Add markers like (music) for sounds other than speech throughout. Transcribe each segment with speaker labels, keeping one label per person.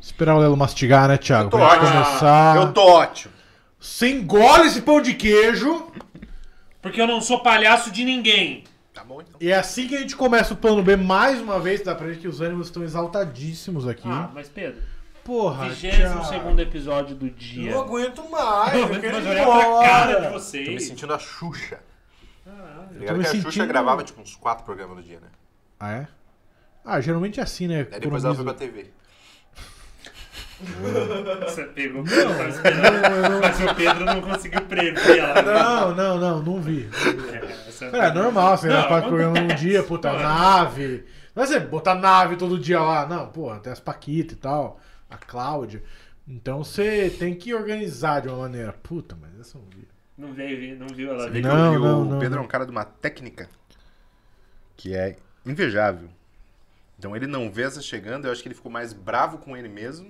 Speaker 1: Esperar o Lelo mastigar, né, Thiago?
Speaker 2: Eu tô
Speaker 1: Pra gente
Speaker 2: ótimo.
Speaker 1: começar.
Speaker 2: Eu tô ótimo.
Speaker 1: Você engole esse pão de queijo.
Speaker 3: Porque eu não sou palhaço de ninguém.
Speaker 2: Tá bom então.
Speaker 1: E é assim que a gente começa o plano B mais uma vez. Dá pra ver que os ânimos estão exaltadíssimos aqui.
Speaker 3: Ah, mas Pedro,
Speaker 1: Porra,
Speaker 3: 22
Speaker 1: Thiago.
Speaker 3: segundo episódio do dia.
Speaker 4: Não aguento mais.
Speaker 3: Pelo
Speaker 4: eu
Speaker 3: menos
Speaker 4: quero
Speaker 3: mas
Speaker 4: ir
Speaker 3: olhar pra
Speaker 4: embora.
Speaker 3: cara de
Speaker 2: Tô me
Speaker 3: vocês.
Speaker 2: sentindo a Xuxa.
Speaker 1: tô
Speaker 2: Ligado
Speaker 1: me
Speaker 2: que a Xuxa
Speaker 1: sentindo-
Speaker 2: gravava tipo uns quatro programas no dia, né?
Speaker 1: Ah, é? Ah, geralmente é assim, né?
Speaker 2: Aí depois ela foi pra TV.
Speaker 3: Você pegou o que eu tava esperando. Mas o Pedro não conseguiu prever ela.
Speaker 1: Não, não, não, não vi.
Speaker 3: Essa-
Speaker 1: É normal, você
Speaker 3: Não,
Speaker 1: grava quatro
Speaker 3: acontece.
Speaker 1: programas num dia, puta,
Speaker 3: Mano.
Speaker 1: nave. Não é você botar nave todo dia lá, não, porra, tem as Paquita e tal, a Cláudia. Então você tem que organizar de uma maneira. Puta, mas essa eu não vi.
Speaker 3: Não veio, não viu ela.
Speaker 5: Você vê que
Speaker 1: Não,
Speaker 5: eu vi
Speaker 1: não,
Speaker 5: o
Speaker 1: não,
Speaker 5: Pedro
Speaker 1: não.
Speaker 5: é um cara de uma técnica que é invejável. Então ele não vê essa chegando, eu acho que ele ficou mais bravo com ele mesmo.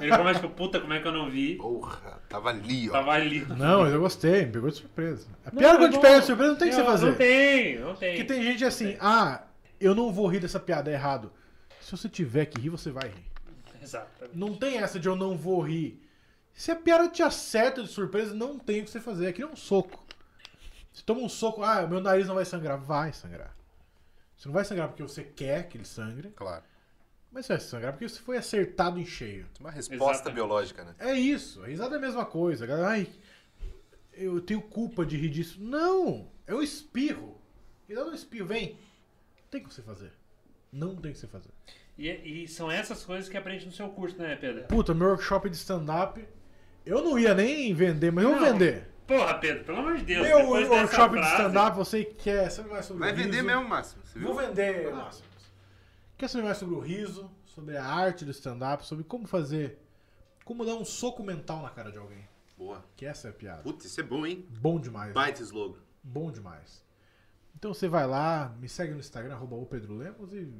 Speaker 3: Ele começa com puta, como é que eu não vi?
Speaker 2: Porra, tava ali, ó.
Speaker 3: Tava ali.
Speaker 1: Não, mas eu gostei, me pegou de surpresa. A
Speaker 3: Não,
Speaker 1: pior
Speaker 3: é
Speaker 1: quando te
Speaker 3: bom.
Speaker 1: pega de surpresa não tem o que você
Speaker 3: Não,
Speaker 1: fazer.
Speaker 3: Não tem, não tem.
Speaker 1: Porque tem gente assim, ah, eu não vou rir dessa piada é errado. Se você tiver que rir, você vai rir.
Speaker 3: Exato.
Speaker 1: Não tem essa de eu não vou rir. Se a piada te acerta de surpresa, não tem o que você fazer. Aqui é um soco. Você toma um soco, ah, meu nariz não vai sangrar. Vai sangrar. Você não vai sangrar porque você quer que ele sangre,
Speaker 5: Claro.
Speaker 1: mas você vai sangrar porque você foi acertado em cheio.
Speaker 5: Uma
Speaker 2: é Resposta
Speaker 3: Exatamente.
Speaker 2: biológica, né?
Speaker 1: É isso, a risada é a mesma coisa. A galera, Ai, eu tenho culpa de rir disso. Não, é um espirro. Risada é um espirro, vem. Não tem o que você fazer. Não tem o que você fazer.
Speaker 3: E, e são essas coisas que aprende no seu curso, né, Pedro?
Speaker 1: Puta, meu workshop de stand-up, eu não ia nem vender, mas eu vou
Speaker 3: Não.
Speaker 1: vender.
Speaker 3: Porra, Pedro, pelo amor de Deus.
Speaker 1: Meu
Speaker 3: depois dessa
Speaker 1: workshop de
Speaker 3: frase-
Speaker 1: stand-up, você quer saber é, mais sobre o riso?
Speaker 5: Máximo. Você
Speaker 1: Vou vender, Márcio. Quer saber mais sobre o riso, sobre a arte do stand-up, sobre como fazer, como dar um soco mental na cara de alguém.
Speaker 5: Boa.
Speaker 1: Que essa é a piada.
Speaker 5: Putz, isso é bom, hein?
Speaker 1: Bom demais.
Speaker 5: Baita slogan.
Speaker 1: Bom demais. Então você vai lá, me segue no Instagram, arroba o Pedro Lemos e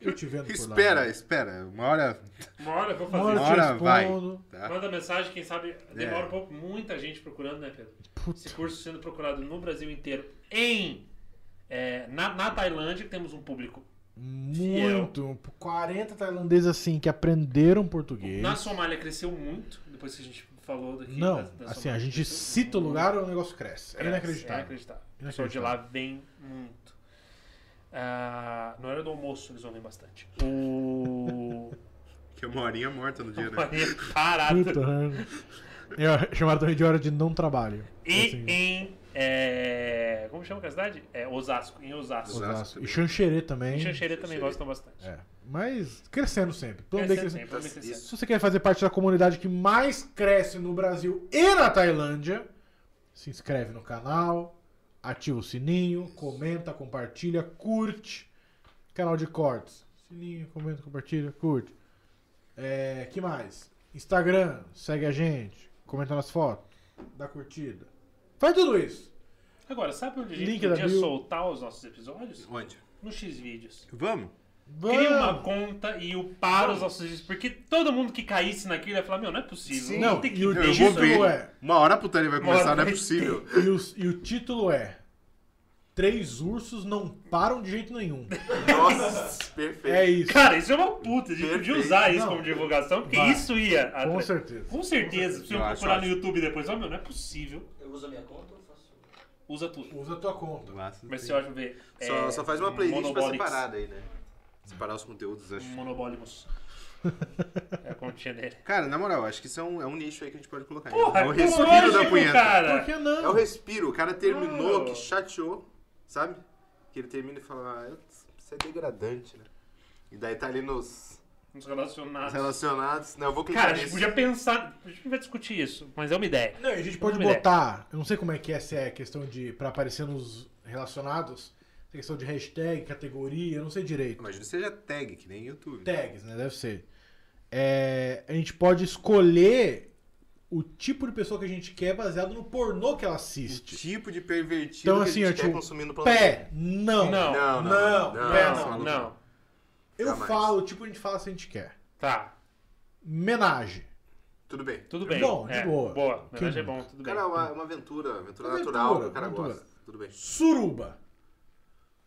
Speaker 1: eu te vendo por lá.
Speaker 5: Espera, espera. Uma hora.
Speaker 3: Uma hora eu vou
Speaker 1: Uma
Speaker 3: fazer
Speaker 1: hora eu
Speaker 3: isso.
Speaker 1: te
Speaker 5: Bora, vai.
Speaker 1: respondo.
Speaker 5: Tá?
Speaker 3: Manda mensagem, quem sabe demora um pouco. Muita gente procurando, né, Pedro?
Speaker 1: Puta,
Speaker 3: Esse curso sendo procurado no Brasil inteiro, em é, na, na Tailândia, que temos um público
Speaker 1: muito. 40 tailandeses assim que aprenderam português.
Speaker 3: Na Somália cresceu muito, depois que a gente falou daqui.
Speaker 1: Não,
Speaker 3: da- né? da
Speaker 1: assim,
Speaker 3: Somália,
Speaker 1: a gente
Speaker 3: cresceu
Speaker 1: cita o
Speaker 3: muito.
Speaker 1: lugar e o negócio cresce. É
Speaker 3: Cresce, É
Speaker 1: inacreditável.
Speaker 3: inacreditável. O pessoal de lá vem muito. Ah, na hora do almoço eles vão vir bastante. O.
Speaker 5: Que é uma horinha morta no dia, né?
Speaker 3: (laughs) Maria parado.
Speaker 1: Puta, né? (laughs) Eu- É, Chamaram também de hora de não trabalho.
Speaker 3: E
Speaker 1: Assim,
Speaker 3: em. é, como chama que é a cidade? É Osasco. Em Osasco.
Speaker 5: Osasco.
Speaker 1: Osasco. E Xanxerê também.
Speaker 3: Em Xanxerê também
Speaker 5: Xanxerê.
Speaker 3: gostam bastante.
Speaker 1: É. Mas crescendo sempre. Plano B
Speaker 3: Crescendo
Speaker 1: crescendo.
Speaker 3: sempre, vamos crescendo.
Speaker 5: Isso.
Speaker 1: Se você quer fazer parte da comunidade que mais cresce no Brasil e na Tailândia, se inscreve no canal, ativa o sininho, comenta, compartilha, curte. Canal de cortes. Sininho, comenta, compartilha, curte. É, que mais? Instagram, segue a gente, comenta nas fotos, dá curtida. Faz tudo isso.
Speaker 3: Agora, sabe onde a gente
Speaker 1: Link da
Speaker 3: podia
Speaker 1: bio.
Speaker 3: soltar os nossos episódios?
Speaker 5: Onde?
Speaker 3: No X-Vídeos.
Speaker 5: Vamos?
Speaker 3: Cria uma
Speaker 1: Vamos.
Speaker 3: conta e upar os nossos vídeos. Porque todo mundo que caísse naquilo ia falar, meu, não é possível.
Speaker 5: Sim.
Speaker 1: Não,
Speaker 3: tem que
Speaker 1: e o
Speaker 3: ver
Speaker 5: Eu
Speaker 3: isso.
Speaker 5: vou
Speaker 1: título
Speaker 5: ver.
Speaker 1: é.
Speaker 5: Uma hora a putaria vai
Speaker 3: Uma
Speaker 5: começar,
Speaker 3: hora
Speaker 5: não é
Speaker 3: vai
Speaker 5: possível.
Speaker 1: E, os- e o título é: Três ursos não param de jeito nenhum.
Speaker 5: (laughs) Nossa, perfeito.
Speaker 1: É isso.
Speaker 3: Cara, isso é uma puta. A gente podia usar isso
Speaker 1: Não.
Speaker 3: como divulgação, porque
Speaker 1: Vai.
Speaker 3: isso ia.
Speaker 1: Com
Speaker 3: atra-
Speaker 1: certeza.
Speaker 3: Com certeza. Se eu
Speaker 5: Eu acho,
Speaker 3: procurar no
Speaker 5: acho.
Speaker 3: YouTube depois, ó, meu, não é possível.
Speaker 4: Eu uso a minha conta ou faço?
Speaker 3: Usa tudo.
Speaker 1: Usa a tua conta.
Speaker 5: Massa.
Speaker 3: Mas se eu acho ver.
Speaker 5: Só,
Speaker 3: é,
Speaker 5: só faz uma playlist pra
Speaker 3: Monobolics.
Speaker 5: separar daí, né? Separar os conteúdos, acho.
Speaker 1: (laughs)
Speaker 3: Monobólimos. é a continha dele.
Speaker 5: Cara, na moral, acho que isso é um, é um nicho aí que a gente pode colocar. hein?
Speaker 3: Porra,
Speaker 5: é o
Speaker 3: é
Speaker 5: respiro da
Speaker 3: lógico,
Speaker 5: punheta.
Speaker 3: cara.
Speaker 1: Por que
Speaker 5: É o
Speaker 1: não?
Speaker 5: respiro. O cara terminou,
Speaker 3: Claro.
Speaker 5: que chateou, sabe? Que ele termina e fala, ah, eu- isso é degradante, né? E daí tá ali nos
Speaker 3: Nos relacionados.
Speaker 5: nos relacionados. Não, eu vou clicar
Speaker 3: Cara, a gente
Speaker 5: nisso.
Speaker 3: podia pensar. A gente podia discutir isso, mas é uma ideia.
Speaker 1: Não, a gente pode
Speaker 3: Uma ideia.
Speaker 1: botar. Eu não sei como é que é, se é questão de. pra aparecer nos relacionados. se é Questão de hashtag, categoria, eu não sei direito.
Speaker 5: Imagina que seja tag, que nem YouTube.
Speaker 1: Tags, né? Deve ser. É, a gente pode escolher o tipo de pessoa que a gente quer baseado no pornô que ela
Speaker 5: O
Speaker 1: assiste.
Speaker 5: tipo de pervertido
Speaker 1: Então,
Speaker 5: que
Speaker 1: assim,
Speaker 5: a
Speaker 1: eu
Speaker 5: gente quer
Speaker 1: tipo,
Speaker 5: consumir no planeta.
Speaker 1: Pé, não.
Speaker 3: Não.
Speaker 5: Não, não,
Speaker 1: Não,
Speaker 5: não.
Speaker 1: pé
Speaker 5: você é
Speaker 3: não,
Speaker 5: maluco.
Speaker 3: não.
Speaker 1: Eu
Speaker 5: jamais.
Speaker 1: falo, tipo, a gente fala se a gente quer.
Speaker 3: Tá.
Speaker 1: Menage.
Speaker 5: Tudo bem.
Speaker 3: Tudo bem.
Speaker 1: Bom, de
Speaker 3: É,
Speaker 1: boa.
Speaker 3: Boa. Na verdade
Speaker 1: Quem
Speaker 3: é bom, tudo bem.
Speaker 5: Cara, é uma, é uma aventura, aventura,
Speaker 1: Aventura,
Speaker 5: natural, o cara
Speaker 1: aventura.
Speaker 5: gosta. Tudo bem.
Speaker 1: Suruba.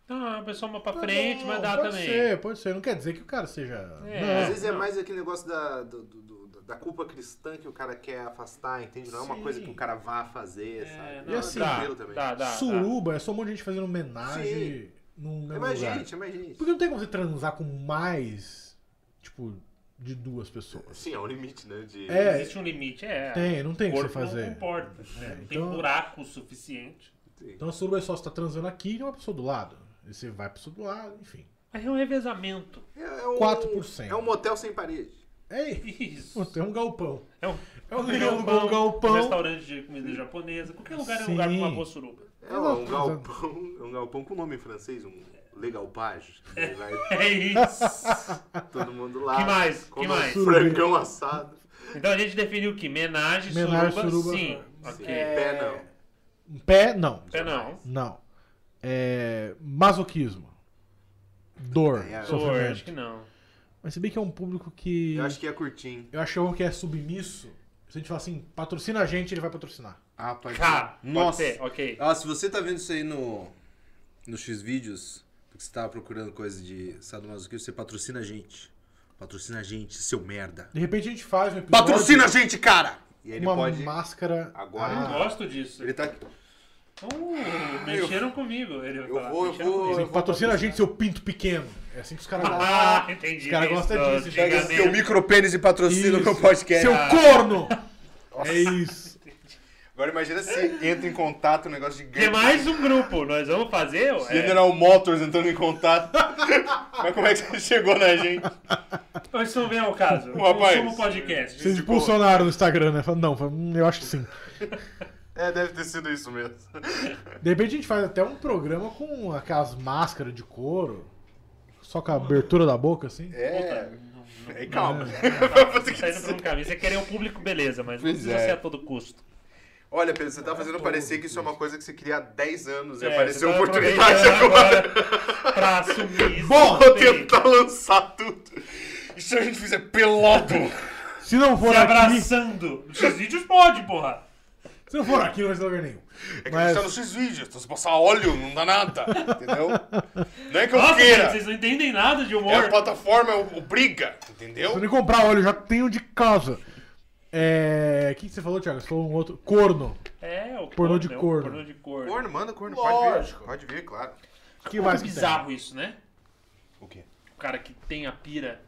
Speaker 3: Não, o Então, ah, pessoal mais pra
Speaker 1: Tá
Speaker 3: frente,
Speaker 1: bom,
Speaker 3: mas dá
Speaker 1: pode
Speaker 3: também.
Speaker 1: ser, pode ser. Não quer dizer que o cara seja.
Speaker 3: É.
Speaker 1: Não.
Speaker 2: Às vezes é
Speaker 3: não.
Speaker 2: mais aquele negócio da, do- do- do- da culpa cristã que o cara quer afastar, entende? Não é uma
Speaker 1: Sim.
Speaker 2: coisa que o cara vá fazer, sabe?
Speaker 3: É, não,
Speaker 1: E assim,
Speaker 2: tranquilo
Speaker 3: dá,
Speaker 2: também.
Speaker 3: dá, dá,
Speaker 1: Suruba é só um monte de gente fazendo homenagem num
Speaker 2: É
Speaker 1: mesmo
Speaker 2: mais
Speaker 1: lugar.
Speaker 2: gente, é mais gente.
Speaker 1: Porque não tem como você transar com mais, tipo, de duas pessoas.
Speaker 2: Sim, é um limite, né? De...
Speaker 1: É.
Speaker 3: Existe um limite, é.
Speaker 1: Tem, não tem o que você
Speaker 3: corpo
Speaker 1: fazer.
Speaker 3: Não comporta, né? Não tem
Speaker 1: então-
Speaker 3: buraco suficiente.
Speaker 2: Sim.
Speaker 1: Então a suruba é só você tá transando aqui e uma pessoa do lado. E você vai pra pessoa do lado, enfim.
Speaker 3: Mas é um revezamento.
Speaker 2: É, é um,
Speaker 1: 4%.
Speaker 2: É um motel sem parede.
Speaker 1: Ei,
Speaker 3: Isso.
Speaker 1: puta, é um galpão.
Speaker 3: É um,
Speaker 1: É um galpão. Um galpão.
Speaker 3: um restaurante de comida japonesa. Qualquer lugar é um
Speaker 1: Sim.
Speaker 3: lugar com uma boa suruba.
Speaker 2: É
Speaker 1: Eu
Speaker 2: um
Speaker 1: não-
Speaker 2: galpão, (laughs) é um galpão com nome em francês, um legalpage. que vai
Speaker 3: É isso.
Speaker 1: (laughs)
Speaker 2: Todo mundo lá.
Speaker 3: Que mais? Que
Speaker 2: come
Speaker 3: mais?
Speaker 2: um Frangão assado.
Speaker 3: Então a gente definiu que menagem,
Speaker 1: Menagem,
Speaker 3: suruba,
Speaker 1: suruba,
Speaker 3: sim.
Speaker 2: Sim,
Speaker 3: Ok.
Speaker 5: É.
Speaker 2: Pé não.
Speaker 1: Um Pé, não.
Speaker 3: Pé não.
Speaker 1: Não. É. Masoquismo. Dor.
Speaker 2: É,
Speaker 3: Dor,
Speaker 1: sofrimento.
Speaker 3: acho que não.
Speaker 1: Mas se bem que é um público que.
Speaker 2: Eu acho que é curtinho.
Speaker 1: Eu acho que é um que é submisso. Se a gente falar assim, patrocina a gente, ele vai patrocinar.
Speaker 5: Ah, pode
Speaker 3: Tá,
Speaker 5: ser. Nossa.
Speaker 3: pode ser, ok.
Speaker 6: Ah, se você tá vendo isso aí no, no X-Vídeos, porque você tava procurando coisa de sadomasoquismo, você patrocina a gente. Patrocina a gente, seu merda.
Speaker 1: De repente a gente faz um episódio.
Speaker 6: Patrocina a gente, cara!
Speaker 2: E aí ele
Speaker 1: Uma
Speaker 2: pode.
Speaker 1: máscara.
Speaker 2: Agora
Speaker 3: Eu
Speaker 2: ele
Speaker 1: Ah,
Speaker 3: gosto disso.
Speaker 2: Ele tá.
Speaker 3: Uh, mexeram comigo. Ele vai
Speaker 2: eu
Speaker 3: falar,
Speaker 2: vou- eu
Speaker 3: mexeram
Speaker 2: vou-
Speaker 3: comigo.
Speaker 1: assim, patrocina a gente, seu pinto pequeno. É assim que os caras falam.
Speaker 3: Ah, entendi.
Speaker 1: Os caras gostam
Speaker 3: Isso,
Speaker 1: disso, assim.
Speaker 3: diga
Speaker 1: pega esse
Speaker 3: mesmo.
Speaker 6: Seu micropênis e patrocina o meu
Speaker 1: Isso.
Speaker 6: podcast.
Speaker 1: Seu corno! É isso.
Speaker 5: Agora imagina se entra em contato um negócio de
Speaker 3: Tem mais um grupo, nós vamos fazer? ó, é.
Speaker 5: General Motors entrando em
Speaker 3: (laughs)
Speaker 5: contato. Mas como é que você chegou na gente?
Speaker 3: Mas isso não vem ao caso.
Speaker 5: (laughs) Ô, rapaz,
Speaker 3: Consumo podcast.
Speaker 1: Vocês impulsionaram no Instagram, né? Falaram, Não, falaram, "Hum, eu acho que sim.
Speaker 5: É, deve ter sido isso mesmo.
Speaker 1: De repente a gente faz até um programa com aquelas máscaras de couro. Só com a abertura da boca, assim.
Speaker 5: É.
Speaker 3: Não,
Speaker 5: é calma.
Speaker 3: Você tá indo por um caminho. Você quer o público, beleza, mas não
Speaker 5: Pois
Speaker 3: precisa
Speaker 5: é.
Speaker 3: ser a todo custo.
Speaker 5: (laughs) Olha, Pedro, você tá fazendo parecer que isso é uma coisa que você queria há 10 anos e
Speaker 3: É,
Speaker 5: apareceu a
Speaker 3: você tá
Speaker 5: oportunidade
Speaker 3: aproveitando
Speaker 5: agora.
Speaker 3: pra assumir isso.
Speaker 5: Bom, vou
Speaker 3: Não tem.
Speaker 5: tentar lançar tudo. E se a gente fizer pelado?
Speaker 1: Se não for
Speaker 3: Se
Speaker 1: aqui.
Speaker 3: abraçando. Esses vídeos pode, porra.
Speaker 1: Se não for aqui, não vai ser lugar nenhum.
Speaker 5: É que a
Speaker 1: Mas-
Speaker 5: gente tá nos seus vídeos, então se passar óleo, não dá nada. Entendeu? Não é que eu
Speaker 3: Nossa, gente,
Speaker 5: queira.
Speaker 3: vocês não entendem nada de
Speaker 5: É a
Speaker 3: humor.
Speaker 5: plataforma obriga, entendeu?
Speaker 1: Se eu nem comprar óleo, eu já tenho de casa. É. O que, que você falou, Thiago? Você falou um outro. Corno.
Speaker 3: É, o
Speaker 1: Pornô de
Speaker 3: é o
Speaker 1: corno.
Speaker 3: Pornô de corno.
Speaker 5: Corno, manda corno,
Speaker 2: Lógico.
Speaker 5: pode vir. Pode vir, claro.
Speaker 1: O que mais que tem?
Speaker 3: bizarro isso, né?
Speaker 5: O quê?
Speaker 3: O cara que tem a pira.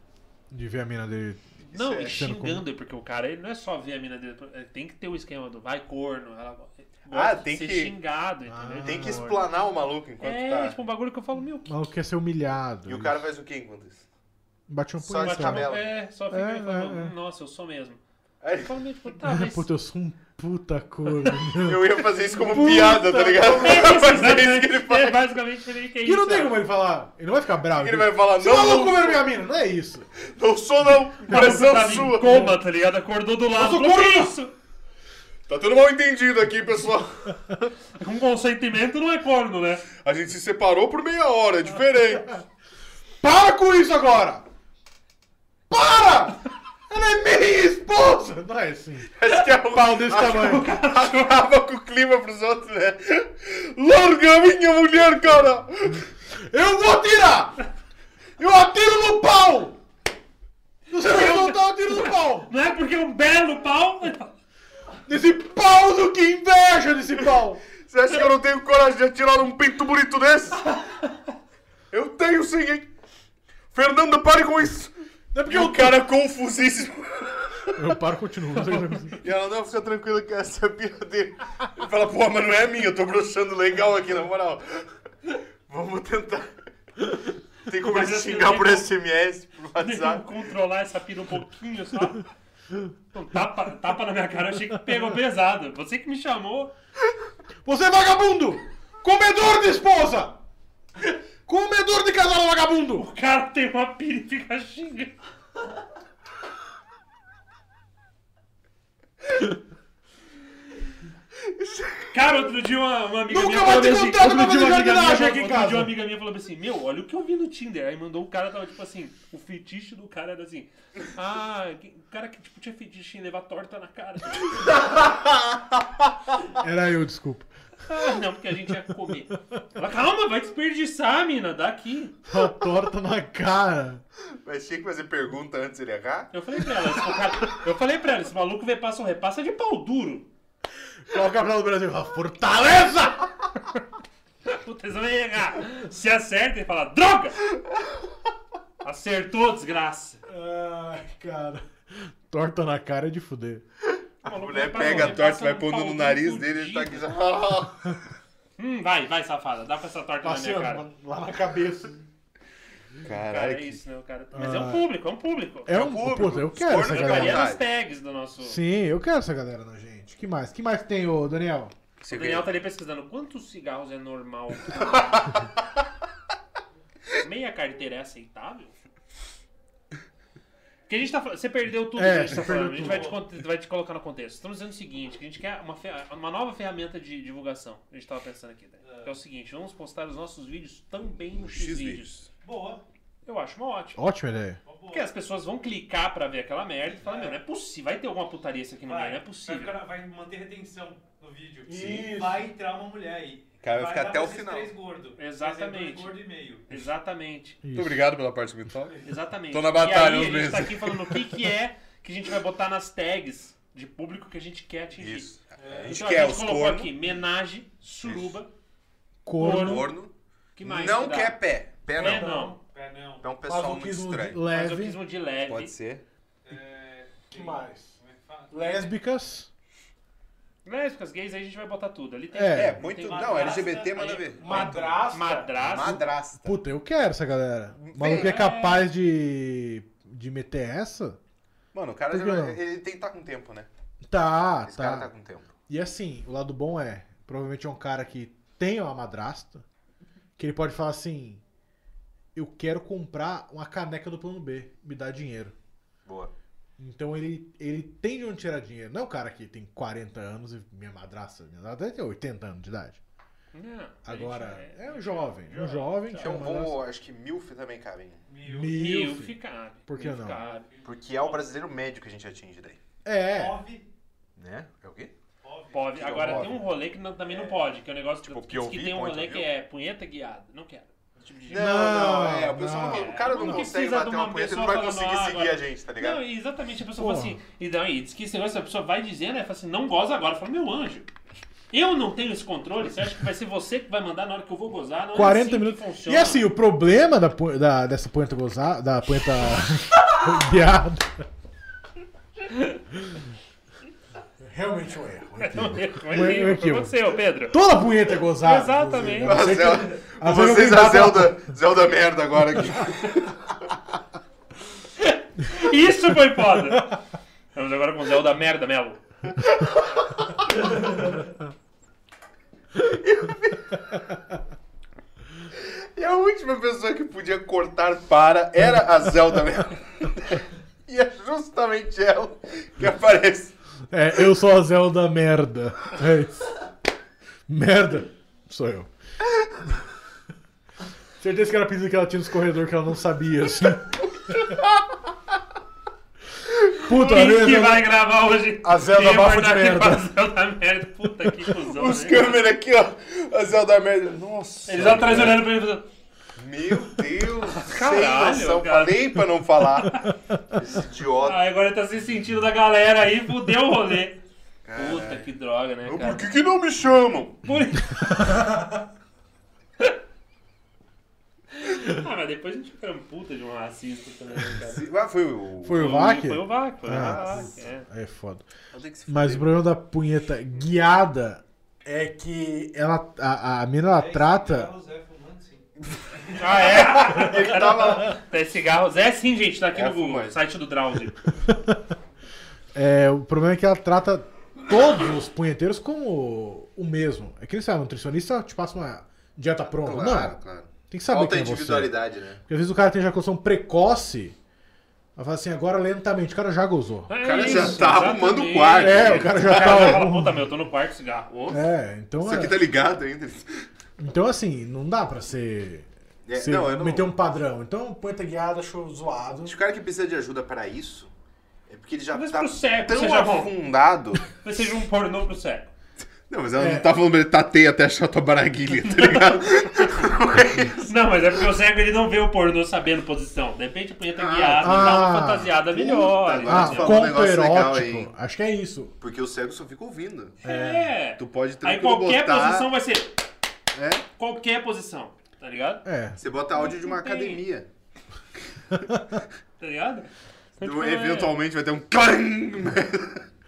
Speaker 1: De ver a mina dele.
Speaker 3: Não,
Speaker 5: é
Speaker 3: e
Speaker 1: sendo
Speaker 3: xingando, porque o cara, ele não é só ver a mina dele. é, Tem que ter o esquema do vai corno. Ela gosta
Speaker 5: Ah,
Speaker 3: de
Speaker 5: tem
Speaker 3: ser
Speaker 5: que-
Speaker 3: xingado,
Speaker 1: Ah.
Speaker 3: entendeu?
Speaker 5: Tem que
Speaker 3: Corno.
Speaker 5: explanar o maluco enquanto
Speaker 3: É,
Speaker 5: tá.
Speaker 3: tipo um bagulho que eu falo, meu,
Speaker 1: O
Speaker 3: que
Speaker 1: maluco quer ser humilhado.
Speaker 5: E o cara faz o quê enquanto isso?
Speaker 1: Bate um
Speaker 5: Só
Speaker 1: punheta. (laughs)
Speaker 5: de cabelo.
Speaker 3: É, só fica
Speaker 1: É,
Speaker 3: aí falando,
Speaker 1: é, é.
Speaker 3: "Hum, nossa, eu sou mesmo.
Speaker 5: (laughs) Aí
Speaker 3: Eu
Speaker 5: ele-
Speaker 3: falo, meu, tipo, tá,
Speaker 1: Ah, (laughs)
Speaker 3: mas...
Speaker 1: puta, eu sou um puta
Speaker 5: (laughs)
Speaker 1: corno.
Speaker 5: Eu ia fazer isso como piada, tá ligado? (laughs) Mas é isso que ele faz.
Speaker 3: É basicamente pra mim que é
Speaker 1: E
Speaker 3: isso.
Speaker 1: não tem
Speaker 3: ó.
Speaker 1: como ele falar. Ele não vai ficar bravo.
Speaker 5: Ele vai falar,
Speaker 1: Você é maluco
Speaker 5: não, não,
Speaker 1: comer minha mina? Não é isso.
Speaker 5: não sou não,
Speaker 3: Tá, você
Speaker 5: pressão
Speaker 3: tava em
Speaker 5: sua.
Speaker 3: coma, tá ligado? Acordou do lado.
Speaker 1: sou
Speaker 3: falou, "Que é
Speaker 1: corno!"
Speaker 3: isso?
Speaker 5: Tá tendo mal entendido aqui, pessoal.
Speaker 3: (laughs) Um consentimento não é corno, né?
Speaker 5: A gente se separou por meia hora, é diferente.
Speaker 1: Para com isso agora! Para! Ela é minha esposa! Não é assim.
Speaker 5: Acho que é o
Speaker 1: Pau desse tamanho.
Speaker 5: (laughs) Acaba com o clima pros outros, né? Larga a minha mulher, cara!
Speaker 1: Eu vou atirar! Eu atiro no pau! Você não dá o tiro no pau!
Speaker 3: Não é porque é um belo pau...
Speaker 1: Desse pau do que inveja desse pau!
Speaker 5: Você acha que eu não tenho coragem de atirar um pinto bonito desse? Eu tenho sim, hein? Fernanda, pare com isso!
Speaker 1: Não é porque
Speaker 5: E o
Speaker 1: eu...
Speaker 5: cara confusíssimo.
Speaker 1: (laughs) Eu paro e continuo. não sei o que
Speaker 5: (laughs)
Speaker 1: aconteceu.
Speaker 5: E ela, não, fica tranquilo que essa (laughs) é a pira dele. Ele fala, pô, mas não é minha, eu tô broxando legal aqui, na moral. Vamos tentar. Tem como
Speaker 3: Mas
Speaker 5: ele
Speaker 3: assim,
Speaker 5: xingar
Speaker 3: eu
Speaker 5: por
Speaker 3: digo-
Speaker 5: SMS, por
Speaker 3: Deixa eu
Speaker 5: WhatsApp.
Speaker 3: controlar essa pira um pouquinho só. Então, tapa, tapa na minha cara, eu achei que pegou pesado. Você que me chamou.
Speaker 1: Você é vagabundo! Comedor de esposa! Comedor de casal vagabundo!
Speaker 3: O cara tem uma pira e fica xingando. Cara, outro dia uma, uma amiga
Speaker 1: Nunca
Speaker 3: minha
Speaker 1: vai
Speaker 3: falou
Speaker 1: ter
Speaker 3: assim,
Speaker 1: contato pra
Speaker 3: outro dia
Speaker 1: fazer
Speaker 3: uma amiga minha,
Speaker 1: jardinagem aqui em
Speaker 3: outro
Speaker 1: casa.
Speaker 3: dia uma amiga minha falou assim, meu, olha o que eu vi no Tinder. Aí mandou um cara, tava tipo assim, o fetiche do cara era assim, ah, que- o cara que tipo, tinha fetiche em levar torta na cara.
Speaker 1: Era eu, desculpa.
Speaker 3: Ah, não, porque a gente ia comer. Ela, calma, vai desperdiçar, mina, dá aqui.
Speaker 1: Uma torta na cara.
Speaker 5: Mas tinha que fazer pergunta antes de ele errar?
Speaker 3: Eu falei pra ela, esse cara- eu falei pra ela, esse maluco vem passa um repassa de pau duro.
Speaker 1: Coloca pra é do Brasil. A fortaleza!
Speaker 3: Puta, você vai errar. Se acerta e fala, droga! Acertou, desgraça.
Speaker 1: Ai, cara. Torta na cara é de fuder.
Speaker 5: A
Speaker 3: maluco
Speaker 5: mulher
Speaker 3: vai pra
Speaker 5: pega a
Speaker 3: onde?
Speaker 5: torta,
Speaker 3: Passa
Speaker 5: vai
Speaker 3: um
Speaker 5: pondo no
Speaker 3: pauzinho
Speaker 5: nariz dele, ele
Speaker 3: fudido.
Speaker 5: tá aqui já. Ah,
Speaker 3: Hum, vai, vai, safada, dá pra essa torta
Speaker 1: Passeando
Speaker 3: na minha cara.
Speaker 1: lá na cabeça.
Speaker 5: Caralho,
Speaker 3: Cara, é
Speaker 5: que
Speaker 3: isso, né, o cara. Mas é um público, é um público.
Speaker 1: Ah. É
Speaker 5: o
Speaker 1: um.
Speaker 5: público.
Speaker 1: Puta, eu
Speaker 5: Os
Speaker 1: quero essa
Speaker 5: cornos da
Speaker 3: Ficaria
Speaker 1: galera.
Speaker 5: Galinha.
Speaker 3: nas tags do nosso.
Speaker 1: Sim, eu quero essa galera na gente. que mais? que mais tem, ô Daniel?
Speaker 3: O Daniel tá ali pesquisando quantos cigarros é normal. (laughs) Meia carteira é aceitável? Porque a gente tá falando. Você perdeu tudo
Speaker 1: É,
Speaker 3: que a gente
Speaker 1: você
Speaker 3: tá falando. A
Speaker 1: perdeu
Speaker 3: gente vai te, con- vai te colocar no contexto. Estamos dizendo o seguinte: que a gente quer uma, fe- uma nova ferramenta de divulgação. A gente tava pensando aqui, né? Que é o seguinte: vamos postar os nossos vídeos também no X vídeos.
Speaker 5: X-Vídeos.
Speaker 4: Boa.
Speaker 3: Eu acho uma ótima.
Speaker 1: Ótima ideia.
Speaker 4: Uma boa.
Speaker 3: Porque as pessoas vão clicar pra ver aquela merda e falar: meu, não é possível. Vai ter alguma putaria isso aqui no meio, não é
Speaker 4: Vai,
Speaker 3: possível.
Speaker 4: ficar- vai manter retenção no vídeo.
Speaker 1: Sim.
Speaker 4: Vai entrar uma mulher aí.
Speaker 5: Cara, vai ficar
Speaker 4: dar
Speaker 5: até
Speaker 4: pra
Speaker 5: o
Speaker 4: esses
Speaker 5: final.
Speaker 4: Três gordo.
Speaker 3: Exatamente.
Speaker 4: Três gordo e meio.
Speaker 3: Exatamente.
Speaker 5: Muito obrigado pela participação.
Speaker 3: Exatamente.
Speaker 5: Tô na batalha,
Speaker 3: e aí,
Speaker 5: uns
Speaker 3: a gente
Speaker 5: meses.
Speaker 3: tá aqui falando o que, que é que a gente vai botar nas tags de público que a gente quer atingir.
Speaker 5: Isso. A gente
Speaker 3: Então,
Speaker 5: quer
Speaker 3: a gente
Speaker 5: os
Speaker 3: colocou
Speaker 5: cornos.
Speaker 3: aqui menagem, suruba,
Speaker 1: Corno.
Speaker 5: Corno.
Speaker 3: que mais?
Speaker 5: Não
Speaker 3: que dá?
Speaker 5: quer pé. Pé
Speaker 3: Pé
Speaker 5: não.
Speaker 3: não.
Speaker 4: Pé não.
Speaker 5: É um pessoal muito
Speaker 1: Masoquismo
Speaker 5: estranho.
Speaker 1: leve.
Speaker 3: Masoquismo de leve.
Speaker 5: Pode ser.
Speaker 4: É,
Speaker 1: que mais?
Speaker 4: como é que fala?
Speaker 1: Lésbicas.
Speaker 3: Lésbicas, gays, aí a gente vai botar tudo. Ali tem
Speaker 1: É.
Speaker 5: É,
Speaker 3: tem
Speaker 5: muito.
Speaker 3: madrasta,
Speaker 5: Não, LGBT manda
Speaker 3: aí-
Speaker 5: ver.
Speaker 4: Madrasta.
Speaker 3: Madrasta.
Speaker 5: Madrasta.
Speaker 1: Puta, eu quero essa galera. O maluco
Speaker 5: Vem.
Speaker 1: é capaz de. de meter essa?
Speaker 5: Mano, o cara
Speaker 1: Por que não?
Speaker 5: já, ele tem que tá com tempo, né?
Speaker 1: Tá,
Speaker 5: Esse cara tá
Speaker 1: tá.
Speaker 5: com tempo.
Speaker 1: E assim, o lado bom é, provavelmente é um cara que tem uma madrasta, que ele pode falar assim. Eu quero comprar uma caneca do plano B, me dá dinheiro.
Speaker 5: Boa.
Speaker 1: Então ele, ele tem de onde tirar dinheiro. Não é um cara que tem 40 anos e minha madrasta, minha madrasta tem 80 anos de idade.
Speaker 3: Não, a
Speaker 1: Agora,
Speaker 3: gente
Speaker 1: é um jovem, um jovem. que
Speaker 5: Então
Speaker 1: é uma madrasta.
Speaker 5: vamos, acho que Milf também cabem.
Speaker 4: Mil.
Speaker 1: Mil,
Speaker 3: Milf cabe.
Speaker 1: Por que
Speaker 3: Milf
Speaker 1: não?
Speaker 3: cabe.
Speaker 5: Porque é o brasileiro médio que a gente atinge daí.
Speaker 1: É,
Speaker 4: Nove.
Speaker 5: Né? É o quê?
Speaker 4: Nove.
Speaker 3: Pode.
Speaker 5: Que
Speaker 3: Agora
Speaker 5: horror.
Speaker 3: tem um rolê que não- também não pode, que é um negócio
Speaker 5: Tipo,
Speaker 3: que,
Speaker 5: que eu
Speaker 3: que
Speaker 5: vi,
Speaker 3: tem um
Speaker 5: point
Speaker 3: rolê
Speaker 5: of
Speaker 3: que
Speaker 5: view.
Speaker 3: é punheta guiada. Não quero. Esse tipo de gente.
Speaker 5: Não,
Speaker 1: Não,
Speaker 5: não, é. O, pessoal
Speaker 1: não.
Speaker 5: não- o cara não,
Speaker 3: Não
Speaker 5: consegue
Speaker 3: precisa
Speaker 5: bater
Speaker 3: de
Speaker 5: uma
Speaker 3: uma
Speaker 5: punheta e não
Speaker 3: pessoa
Speaker 5: vai conseguir
Speaker 3: falando, ah,
Speaker 5: seguir
Speaker 3: agora-
Speaker 5: a gente, tá ligado?
Speaker 3: Não, e exatamente, a pessoa
Speaker 1: Porra.
Speaker 3: fala assim, e daí, diz que esse negócio, a pessoa vai dizendo, aí fala assim, não goza agora. Fala, meu anjo, eu não tenho esse controle, você acha que vai ser você que vai mandar na hora que eu vou gozar? Não é
Speaker 1: 40
Speaker 3: assim que
Speaker 1: minutos.
Speaker 3: funciona.
Speaker 1: E assim, o problema da, pu- da- dessa poeta gozada, da (laughs) poeta piada. Realmente um erro.
Speaker 3: Não, (laughs) é ruim,
Speaker 1: Não é
Speaker 3: foi
Speaker 1: aquilo.
Speaker 3: Aconteceu, Pedro.
Speaker 1: Toda punheta é gozada.
Speaker 3: Exatamente.
Speaker 1: inclusive. né? A não ser que- a não ser que alguém
Speaker 5: Zelda- (laughs) vocês a
Speaker 1: bata na
Speaker 5: Zelda, Zelda merda agora aqui.
Speaker 3: Isso foi
Speaker 1: (laughs)
Speaker 3: foda. Vamos agora com o Zelda merda, Melo.
Speaker 5: E a última pessoa que podia cortar para era a Zelda merda. (laughs) E é justamente ela que aparece.
Speaker 1: É, eu sou a Zelda merda. É isso. Merda sou eu. Certeza que era a pizza que ela tinha nos corredores que ela não sabia, assim. Puta, às
Speaker 3: Quem
Speaker 1: vezes
Speaker 3: que
Speaker 1: eu-
Speaker 3: vai gravar hoje?
Speaker 1: A Zelda
Speaker 3: Quem vai
Speaker 1: bafo de
Speaker 3: dar aqui
Speaker 1: merda.
Speaker 3: pra Zelda merda, puta que cuzão.
Speaker 5: Os
Speaker 3: né?
Speaker 5: câmeras aqui, ó. A Zelda merda. Nossa.
Speaker 3: Eles atrás olhando pra ele e falando,
Speaker 5: Meu Deus.
Speaker 3: Caralho,
Speaker 5: sem noção.
Speaker 3: cara.
Speaker 5: Falei pra não falar. Esse idiota.
Speaker 3: Ah, agora tá se sentindo da galera aí, fudeu o rolê. Puta que droga, né, cara?
Speaker 5: Por que, que não me chamam?
Speaker 3: Por- ah, mas depois a gente fica um puta de um racista também, né, cara.
Speaker 5: Ah, foi o.
Speaker 1: Foi o VAC?
Speaker 3: Foi o Vac, foi o
Speaker 1: Ah.
Speaker 3: Vac, é.
Speaker 1: É foda.
Speaker 5: Eu tenho que se
Speaker 1: Mas o
Speaker 5: fuder.
Speaker 1: problema da punheta guiada é que ela, a, a mina ela
Speaker 4: Dez
Speaker 5: né?
Speaker 1: trata.
Speaker 4: cigarros é fumando, sim.
Speaker 3: Ah, é?
Speaker 5: (laughs) Ele tava.
Speaker 3: Tem cigarros. É sim, gente, tá aqui
Speaker 5: É
Speaker 3: no Google,
Speaker 5: fumante.
Speaker 3: site do Drauzio.
Speaker 1: É, o problema é que ela trata todos os punheteiros como o mesmo. É que nem sabe, nutricionista te passa uma dieta pronta. Não,
Speaker 5: claro.
Speaker 1: tem que saber
Speaker 5: Falta
Speaker 1: quem é você.
Speaker 5: individualidade, né?
Speaker 1: Porque às vezes o cara tem ejaculação precoce, ela fala assim, agora lentamente, o cara já gozou.
Speaker 3: É
Speaker 5: O cara já
Speaker 3: isso,
Speaker 5: tá arrumando o
Speaker 3: exatamente.
Speaker 5: quarto.
Speaker 1: É, o cara já
Speaker 3: O cara já
Speaker 1: tá.
Speaker 3: fala, puta, meu, eu tô no quarto cigarro. Ô,
Speaker 1: É, então
Speaker 5: Isso aqui
Speaker 1: é.
Speaker 5: tá ligado ainda.
Speaker 1: Então assim, não dá pra ser.
Speaker 5: É,
Speaker 1: ser-
Speaker 5: não, eu não-
Speaker 1: meter um padrão. Então, punheta guiada, show zoado.
Speaker 5: Acho que o cara que precisa de ajuda pra isso é porque ele já
Speaker 3: Talvez
Speaker 5: tá
Speaker 3: pro cego
Speaker 5: tão
Speaker 3: seja bom.
Speaker 5: afundado.
Speaker 3: Talvez seja um pornô pro século.
Speaker 5: Não, mas ela
Speaker 1: É.
Speaker 5: não tá falando pra ele tatei até achar tua baraguilha, tá ligado?
Speaker 3: Não, mas é porque o cego ele não vê o pornô sabendo posição. De repente a punheta é
Speaker 5: Ah,
Speaker 3: guiada dá uma
Speaker 1: ah,
Speaker 3: fantasiada melhor.
Speaker 5: agora
Speaker 1: Ah,
Speaker 5: Você
Speaker 3: entendeu?
Speaker 5: falou um
Speaker 1: conto
Speaker 5: negócio legal
Speaker 1: erótico.
Speaker 5: aí.
Speaker 1: Acho que é isso.
Speaker 5: (laughs) Porque o cego só fica ouvindo.
Speaker 3: é.
Speaker 5: Tu pode
Speaker 3: Aí
Speaker 5: tranquilo
Speaker 3: qualquer
Speaker 5: botar...
Speaker 3: posição vai ser
Speaker 5: É,
Speaker 3: qualquer posição, tá ligado?
Speaker 1: É.
Speaker 5: você bota áudio de uma
Speaker 3: Não tem.
Speaker 5: academia.
Speaker 3: Tá ligado? Então,
Speaker 5: Do-
Speaker 3: tipo, é-
Speaker 5: eventualmente vai ter um clang, né?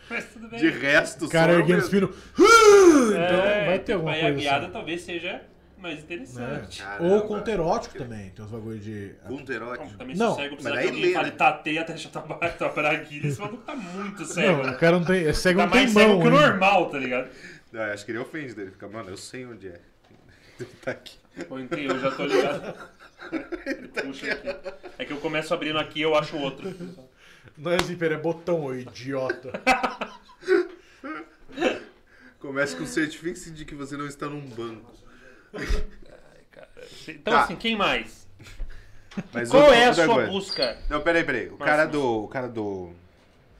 Speaker 3: Mas tudo bem.
Speaker 5: de resto
Speaker 1: O cara
Speaker 5: só
Speaker 1: erguendo os
Speaker 5: mesmo.
Speaker 1: filhos. "Ah!"
Speaker 3: É,
Speaker 1: Então vai ter
Speaker 3: tipo,
Speaker 1: alguma
Speaker 3: aí
Speaker 1: coisa.
Speaker 3: a guiada
Speaker 1: assim.
Speaker 3: talvez seja mais interessante.
Speaker 5: Caramba.
Speaker 1: Ou conto erótico também. Tem uns bagulho de.
Speaker 5: Conto
Speaker 3: Bom,
Speaker 5: erótico.
Speaker 3: Também
Speaker 1: Não,
Speaker 3: se o cego
Speaker 5: Né? mas
Speaker 3: precisar
Speaker 5: aí
Speaker 3: que alguém
Speaker 5: lê,
Speaker 3: fale
Speaker 5: né?
Speaker 3: tateia até achar tua tua braguilha, esse maluco tá muito cego.
Speaker 1: Não,
Speaker 3: né?
Speaker 1: o cara não tem. É cego
Speaker 3: Tá
Speaker 1: não tem
Speaker 3: mais cego
Speaker 1: mão.
Speaker 3: que o
Speaker 1: né?
Speaker 3: normal, tá ligado?
Speaker 5: Não, eu Ah, acho que ele ofende dele. Fica, mano, eu sei onde é. (laughs) Ele tá aqui.
Speaker 3: Pô, entendi, eu já tô ligado.
Speaker 5: (laughs) tá
Speaker 3: Puxa aqui. É que eu começo abrindo aqui e eu acho outro.
Speaker 1: Não é zíper, é botão, ô (laughs) idiota.
Speaker 5: Começa com certifique de que você não está num banco.
Speaker 3: Então
Speaker 5: Tá.
Speaker 3: assim, quem mais?
Speaker 5: Mas
Speaker 3: Qual
Speaker 5: outra-
Speaker 3: é a
Speaker 5: outra
Speaker 3: sua
Speaker 5: coisa.
Speaker 3: busca?
Speaker 5: Não, peraí, peraí. O
Speaker 3: Mas,
Speaker 5: cara
Speaker 3: mas-
Speaker 5: do. O cara do.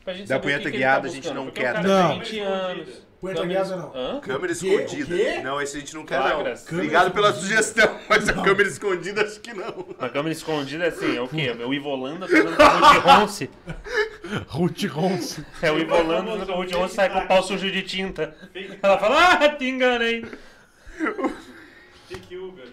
Speaker 3: Pra gente
Speaker 5: Da
Speaker 3: saber o
Speaker 5: punheta
Speaker 3: que que ele
Speaker 5: guiada,
Speaker 3: tá
Speaker 5: a gente não
Speaker 3: buscando,
Speaker 5: quer.
Speaker 3: Porque o cara
Speaker 1: né? Não.
Speaker 3: tem 20 anos.
Speaker 1: Punheta
Speaker 3: Também-
Speaker 1: guiada tá não.
Speaker 3: Hã?
Speaker 5: Câmera
Speaker 1: quê? O
Speaker 5: escondida.
Speaker 1: quê?
Speaker 5: Não, esse a gente não quer,
Speaker 3: Flagras.
Speaker 5: não.
Speaker 1: Câmera
Speaker 5: Obrigado pela
Speaker 1: escondida.
Speaker 5: sugestão, mas a câmera escondida acho que não.
Speaker 3: A câmera escondida é assim, é o quê? É o Ivolanda pegando com o Ruth Ronce.
Speaker 1: Ruth Ronce.
Speaker 3: É o Ivolanda pegando com o Ruth Ronce sai com o pau sujo de tinta. Ela fala, ah, te enganei.
Speaker 4: Fique Uber.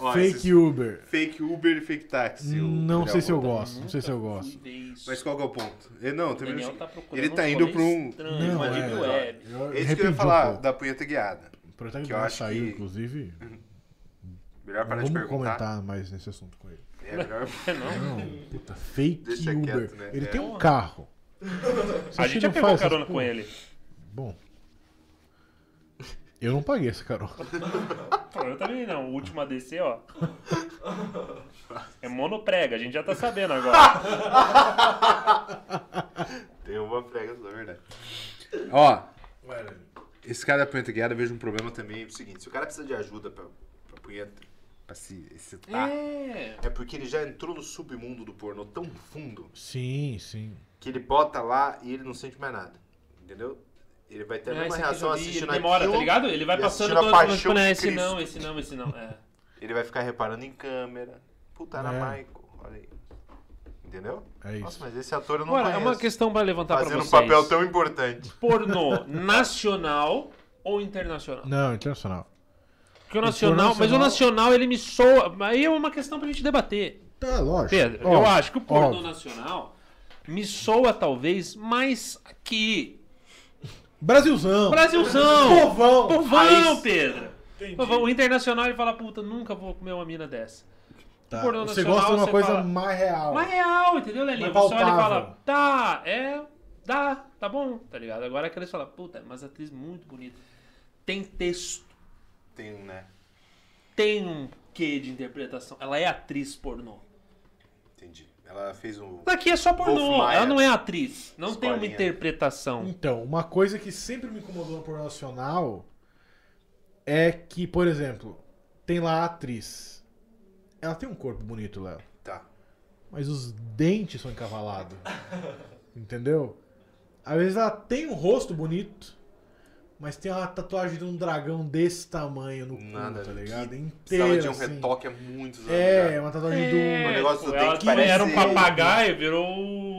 Speaker 5: Ó, esses
Speaker 1: Fake Uber.
Speaker 5: fake Uber é e fake táxi. o
Speaker 1: Não
Speaker 5: Daniel
Speaker 1: sei se eu
Speaker 5: botou.
Speaker 1: gosto. Não sei se eu gosto.
Speaker 5: Mas qual que é o ponto? Ele, não,
Speaker 3: o
Speaker 5: também
Speaker 3: Daniel
Speaker 5: não
Speaker 3: tá
Speaker 5: sei.
Speaker 3: procurando
Speaker 5: Ele tá
Speaker 3: uns
Speaker 5: indo
Speaker 3: rolês
Speaker 5: pra um.
Speaker 3: estranhos, uma deep
Speaker 1: eu
Speaker 3: web.
Speaker 5: É isso que eu
Speaker 1: arrependi
Speaker 5: ia
Speaker 1: um
Speaker 5: falar
Speaker 1: pouco.
Speaker 5: da punheta guiada.
Speaker 1: O protagonista
Speaker 5: que eu acho
Speaker 1: saiu,
Speaker 5: que-
Speaker 1: inclusive.
Speaker 5: Melhor
Speaker 1: Não
Speaker 5: parar de
Speaker 1: vamos
Speaker 5: perguntar.
Speaker 1: comentar mais nesse assunto com ele.
Speaker 5: É melhor. (laughs)
Speaker 1: Não, puta, fake
Speaker 5: Deixa
Speaker 1: Uber.
Speaker 5: quieto, né?
Speaker 1: Ele
Speaker 5: É.
Speaker 1: tem um carro. Você
Speaker 3: A
Speaker 1: acha que
Speaker 3: gente já
Speaker 1: não
Speaker 3: pegou
Speaker 1: faz essas
Speaker 3: carona com
Speaker 1: porra?
Speaker 3: ele.
Speaker 1: Bom. Eu não paguei essa carona.
Speaker 3: Pô, eu também não. O último ADC, ó. É monoprega, a gente já tá sabendo agora.
Speaker 5: Tem uma prega, na verdade. Ó, esse cara da punheta guiada, eu vejo um problema também. É o seguinte: se o cara precisa de ajuda pra, pra punheta, pra se excitar,
Speaker 3: É.
Speaker 5: é porque ele já entrou no submundo do pornô tão fundo
Speaker 1: Sim, sim.
Speaker 5: que ele bota lá e ele não sente mais nada. Entendeu? Ele vai ter a
Speaker 3: Ah,
Speaker 5: mesma
Speaker 3: esse aqui
Speaker 5: reação
Speaker 3: eu já vi,
Speaker 5: assistindo
Speaker 3: ele demora,
Speaker 5: aquilo,
Speaker 3: tá ligado? Ele vai
Speaker 5: e
Speaker 3: passando
Speaker 5: assistindo a
Speaker 3: todas as
Speaker 5: paixão
Speaker 3: coisas,
Speaker 5: de
Speaker 3: né, esse não,
Speaker 5: Cristo.
Speaker 3: esse não, esse não. É.
Speaker 5: ele vai ficar reparando em câmera. Puta, era
Speaker 1: É.
Speaker 5: Michael, olha aí. Entendeu?
Speaker 1: É isso.
Speaker 5: Nossa, mas esse ator eu não
Speaker 3: Agora, é
Speaker 5: conheço.
Speaker 3: uma questão pra levantar pra
Speaker 5: Fazendo um
Speaker 3: vocês.
Speaker 5: papel tão importante.
Speaker 3: Pornô nacional ou internacional?
Speaker 1: Não, internacional.
Speaker 3: Porque o
Speaker 1: O
Speaker 3: nacional,
Speaker 1: pornô
Speaker 3: mas o
Speaker 1: nacional-
Speaker 3: nacional ele me soa. Aí é uma questão pra gente debater.
Speaker 1: Tá, lógico.
Speaker 3: Pedro, eu
Speaker 1: Óbvio,
Speaker 3: acho que o pornô
Speaker 1: óbvio.
Speaker 3: nacional me soa talvez mais aqui.
Speaker 1: Brasilzão.
Speaker 3: Brasilzão!
Speaker 1: Povão.
Speaker 3: Povão, Pedro! Povão, o internacional ele fala, puta, nunca vou comer uma mina dessa.
Speaker 1: Tá.
Speaker 3: Pornô
Speaker 1: Você
Speaker 3: nacional,
Speaker 1: gosta de uma
Speaker 3: você
Speaker 1: coisa
Speaker 3: fala-
Speaker 1: mais real.
Speaker 3: Mas é real, entendeu, Lelinho?
Speaker 1: Mas
Speaker 3: Você olha e
Speaker 1: palpável.
Speaker 3: fala, tá, é, dá, tá bom, tá ligado? Agora aqueles falam, puta, mas atriz muito bonita. Tem texto,
Speaker 5: Tem, né?
Speaker 3: tem um quê de interpretação. Ela é atriz pornô.
Speaker 5: Entendi. Ela fez um.
Speaker 3: Daqui é só
Speaker 5: Wolf
Speaker 3: pornô,
Speaker 5: Maia.
Speaker 3: ela não é atriz. Não tem
Speaker 5: Escolinha.
Speaker 3: uma interpretação.
Speaker 1: Então, uma coisa que sempre me incomodou no pornô nacional é que, por exemplo, tem lá a atriz. Ela tem um corpo bonito, Léo.
Speaker 5: Tá.
Speaker 1: Mas os dentes são
Speaker 5: (laughs)
Speaker 1: encavalados. entendeu? Às vezes ela tem um rosto bonito, mas tem uma tatuagem de um dragão desse tamanho no
Speaker 5: Nada,
Speaker 1: cu, tá
Speaker 5: que
Speaker 1: ligado?
Speaker 5: Precisava
Speaker 1: Inteira,
Speaker 5: de um
Speaker 1: assim.
Speaker 5: retoque há muitos anos.
Speaker 1: É, é
Speaker 5: já.
Speaker 1: uma tatuagem
Speaker 3: É,
Speaker 1: de um...
Speaker 5: O negócio
Speaker 3: tipo,
Speaker 5: tem
Speaker 3: ela
Speaker 5: que
Speaker 3: também era um
Speaker 5: parecer.
Speaker 3: papagaio, virou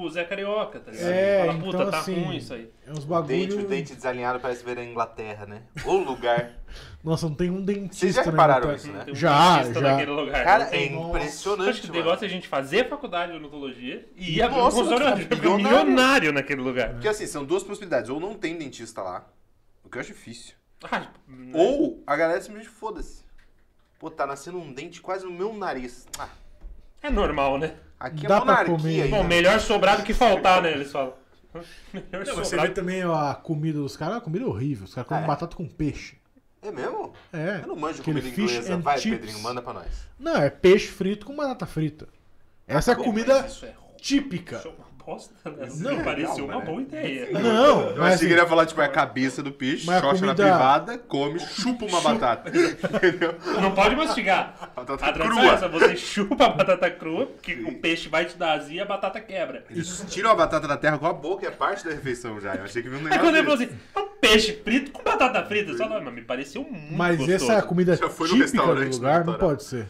Speaker 3: o Zé Carioca, tá ligado?
Speaker 1: É,
Speaker 3: Fala, puta,
Speaker 1: então,
Speaker 3: tá
Speaker 1: assim,
Speaker 3: ruim isso aí.
Speaker 1: É uns
Speaker 5: O dente, o
Speaker 1: bagulho...
Speaker 5: dente desalinhado parece ver a Inglaterra, né? O lugar.
Speaker 3: (laughs)
Speaker 1: Nossa, não tem um dentista.
Speaker 5: Vocês já
Speaker 1: na
Speaker 5: repararam
Speaker 1: minha-
Speaker 5: isso, né?
Speaker 3: Tem um
Speaker 1: Já,
Speaker 3: dentista
Speaker 1: já.
Speaker 3: naquele lugar,
Speaker 5: Cara,
Speaker 3: não
Speaker 5: é
Speaker 3: tem.
Speaker 1: nossa.
Speaker 5: impressionante,
Speaker 3: Acho que o
Speaker 5: mano.
Speaker 3: negócio é a gente fazer faculdade de odontologia e ir abrir um
Speaker 5: Nossa,
Speaker 3: consultório.
Speaker 5: tu tá
Speaker 3: Milionário.
Speaker 5: bilionário.
Speaker 3: milionário naquele lugar.
Speaker 5: Porque assim, são duas possibilidades. Ou não tem dentista lá, o que eu acho difícil.
Speaker 3: Ah, tipo,
Speaker 5: Ou a galera simplesmente foda-se. é. Pô, tá nascendo um dente quase no meu nariz. Ah,
Speaker 3: é normal, né?
Speaker 5: aqui é
Speaker 1: Dá pra comer.
Speaker 5: monarquia ainda.
Speaker 3: Bom, melhor sobrar do que faltar, né? Eles falam. Melhor
Speaker 1: Não, mas você
Speaker 3: sobrar.
Speaker 1: vê também a comida dos caras, a comida é horrível. Os caras comem
Speaker 5: Ah, é?
Speaker 1: batata com peixe.
Speaker 5: É mesmo?
Speaker 1: É.
Speaker 5: Eu não manjo
Speaker 1: Aquele
Speaker 5: comida
Speaker 1: fish
Speaker 5: inglesa.
Speaker 1: and
Speaker 5: Vai,
Speaker 1: chips.
Speaker 5: Pedrinho, manda pra nós.
Speaker 1: Não, é peixe frito com batata frita. Essa é a
Speaker 5: bom,
Speaker 1: comida
Speaker 3: Isso é
Speaker 1: típica.
Speaker 3: isso é uma aposta. Né?
Speaker 1: Não,
Speaker 3: Não, pareceu
Speaker 5: calma,
Speaker 3: uma
Speaker 5: né?
Speaker 3: boa ideia.
Speaker 1: Não,
Speaker 5: Eu achei
Speaker 1: mas assim,
Speaker 5: que ele ia falar, tipo, é a cabeça do peixe,
Speaker 1: Mas a
Speaker 5: xoxa na
Speaker 1: comida-
Speaker 5: privada, come, chupa uma
Speaker 1: (laughs)
Speaker 5: batata. Entendeu?
Speaker 3: Não pode mastigar.
Speaker 5: Batata
Speaker 3: A tradição
Speaker 5: crua.
Speaker 3: é essa, você chupa a batata crua, que o peixe vai te dar azia e a batata quebra.
Speaker 5: Eles tiram a batata da terra com a boca, é parte da refeição já. Eu achei que viu um
Speaker 3: Aí
Speaker 5: negócio.
Speaker 3: quando ele falou
Speaker 5: desse.
Speaker 3: assim, é um peixe frito com batata frita, eu só não, mas me pareceu muito
Speaker 1: Mas
Speaker 3: gostoso.
Speaker 1: essa é comida
Speaker 5: Já foi no
Speaker 1: típica do
Speaker 5: restaurante,
Speaker 1: lugar
Speaker 5: né,
Speaker 1: não
Speaker 5: Torá?
Speaker 1: pode ser.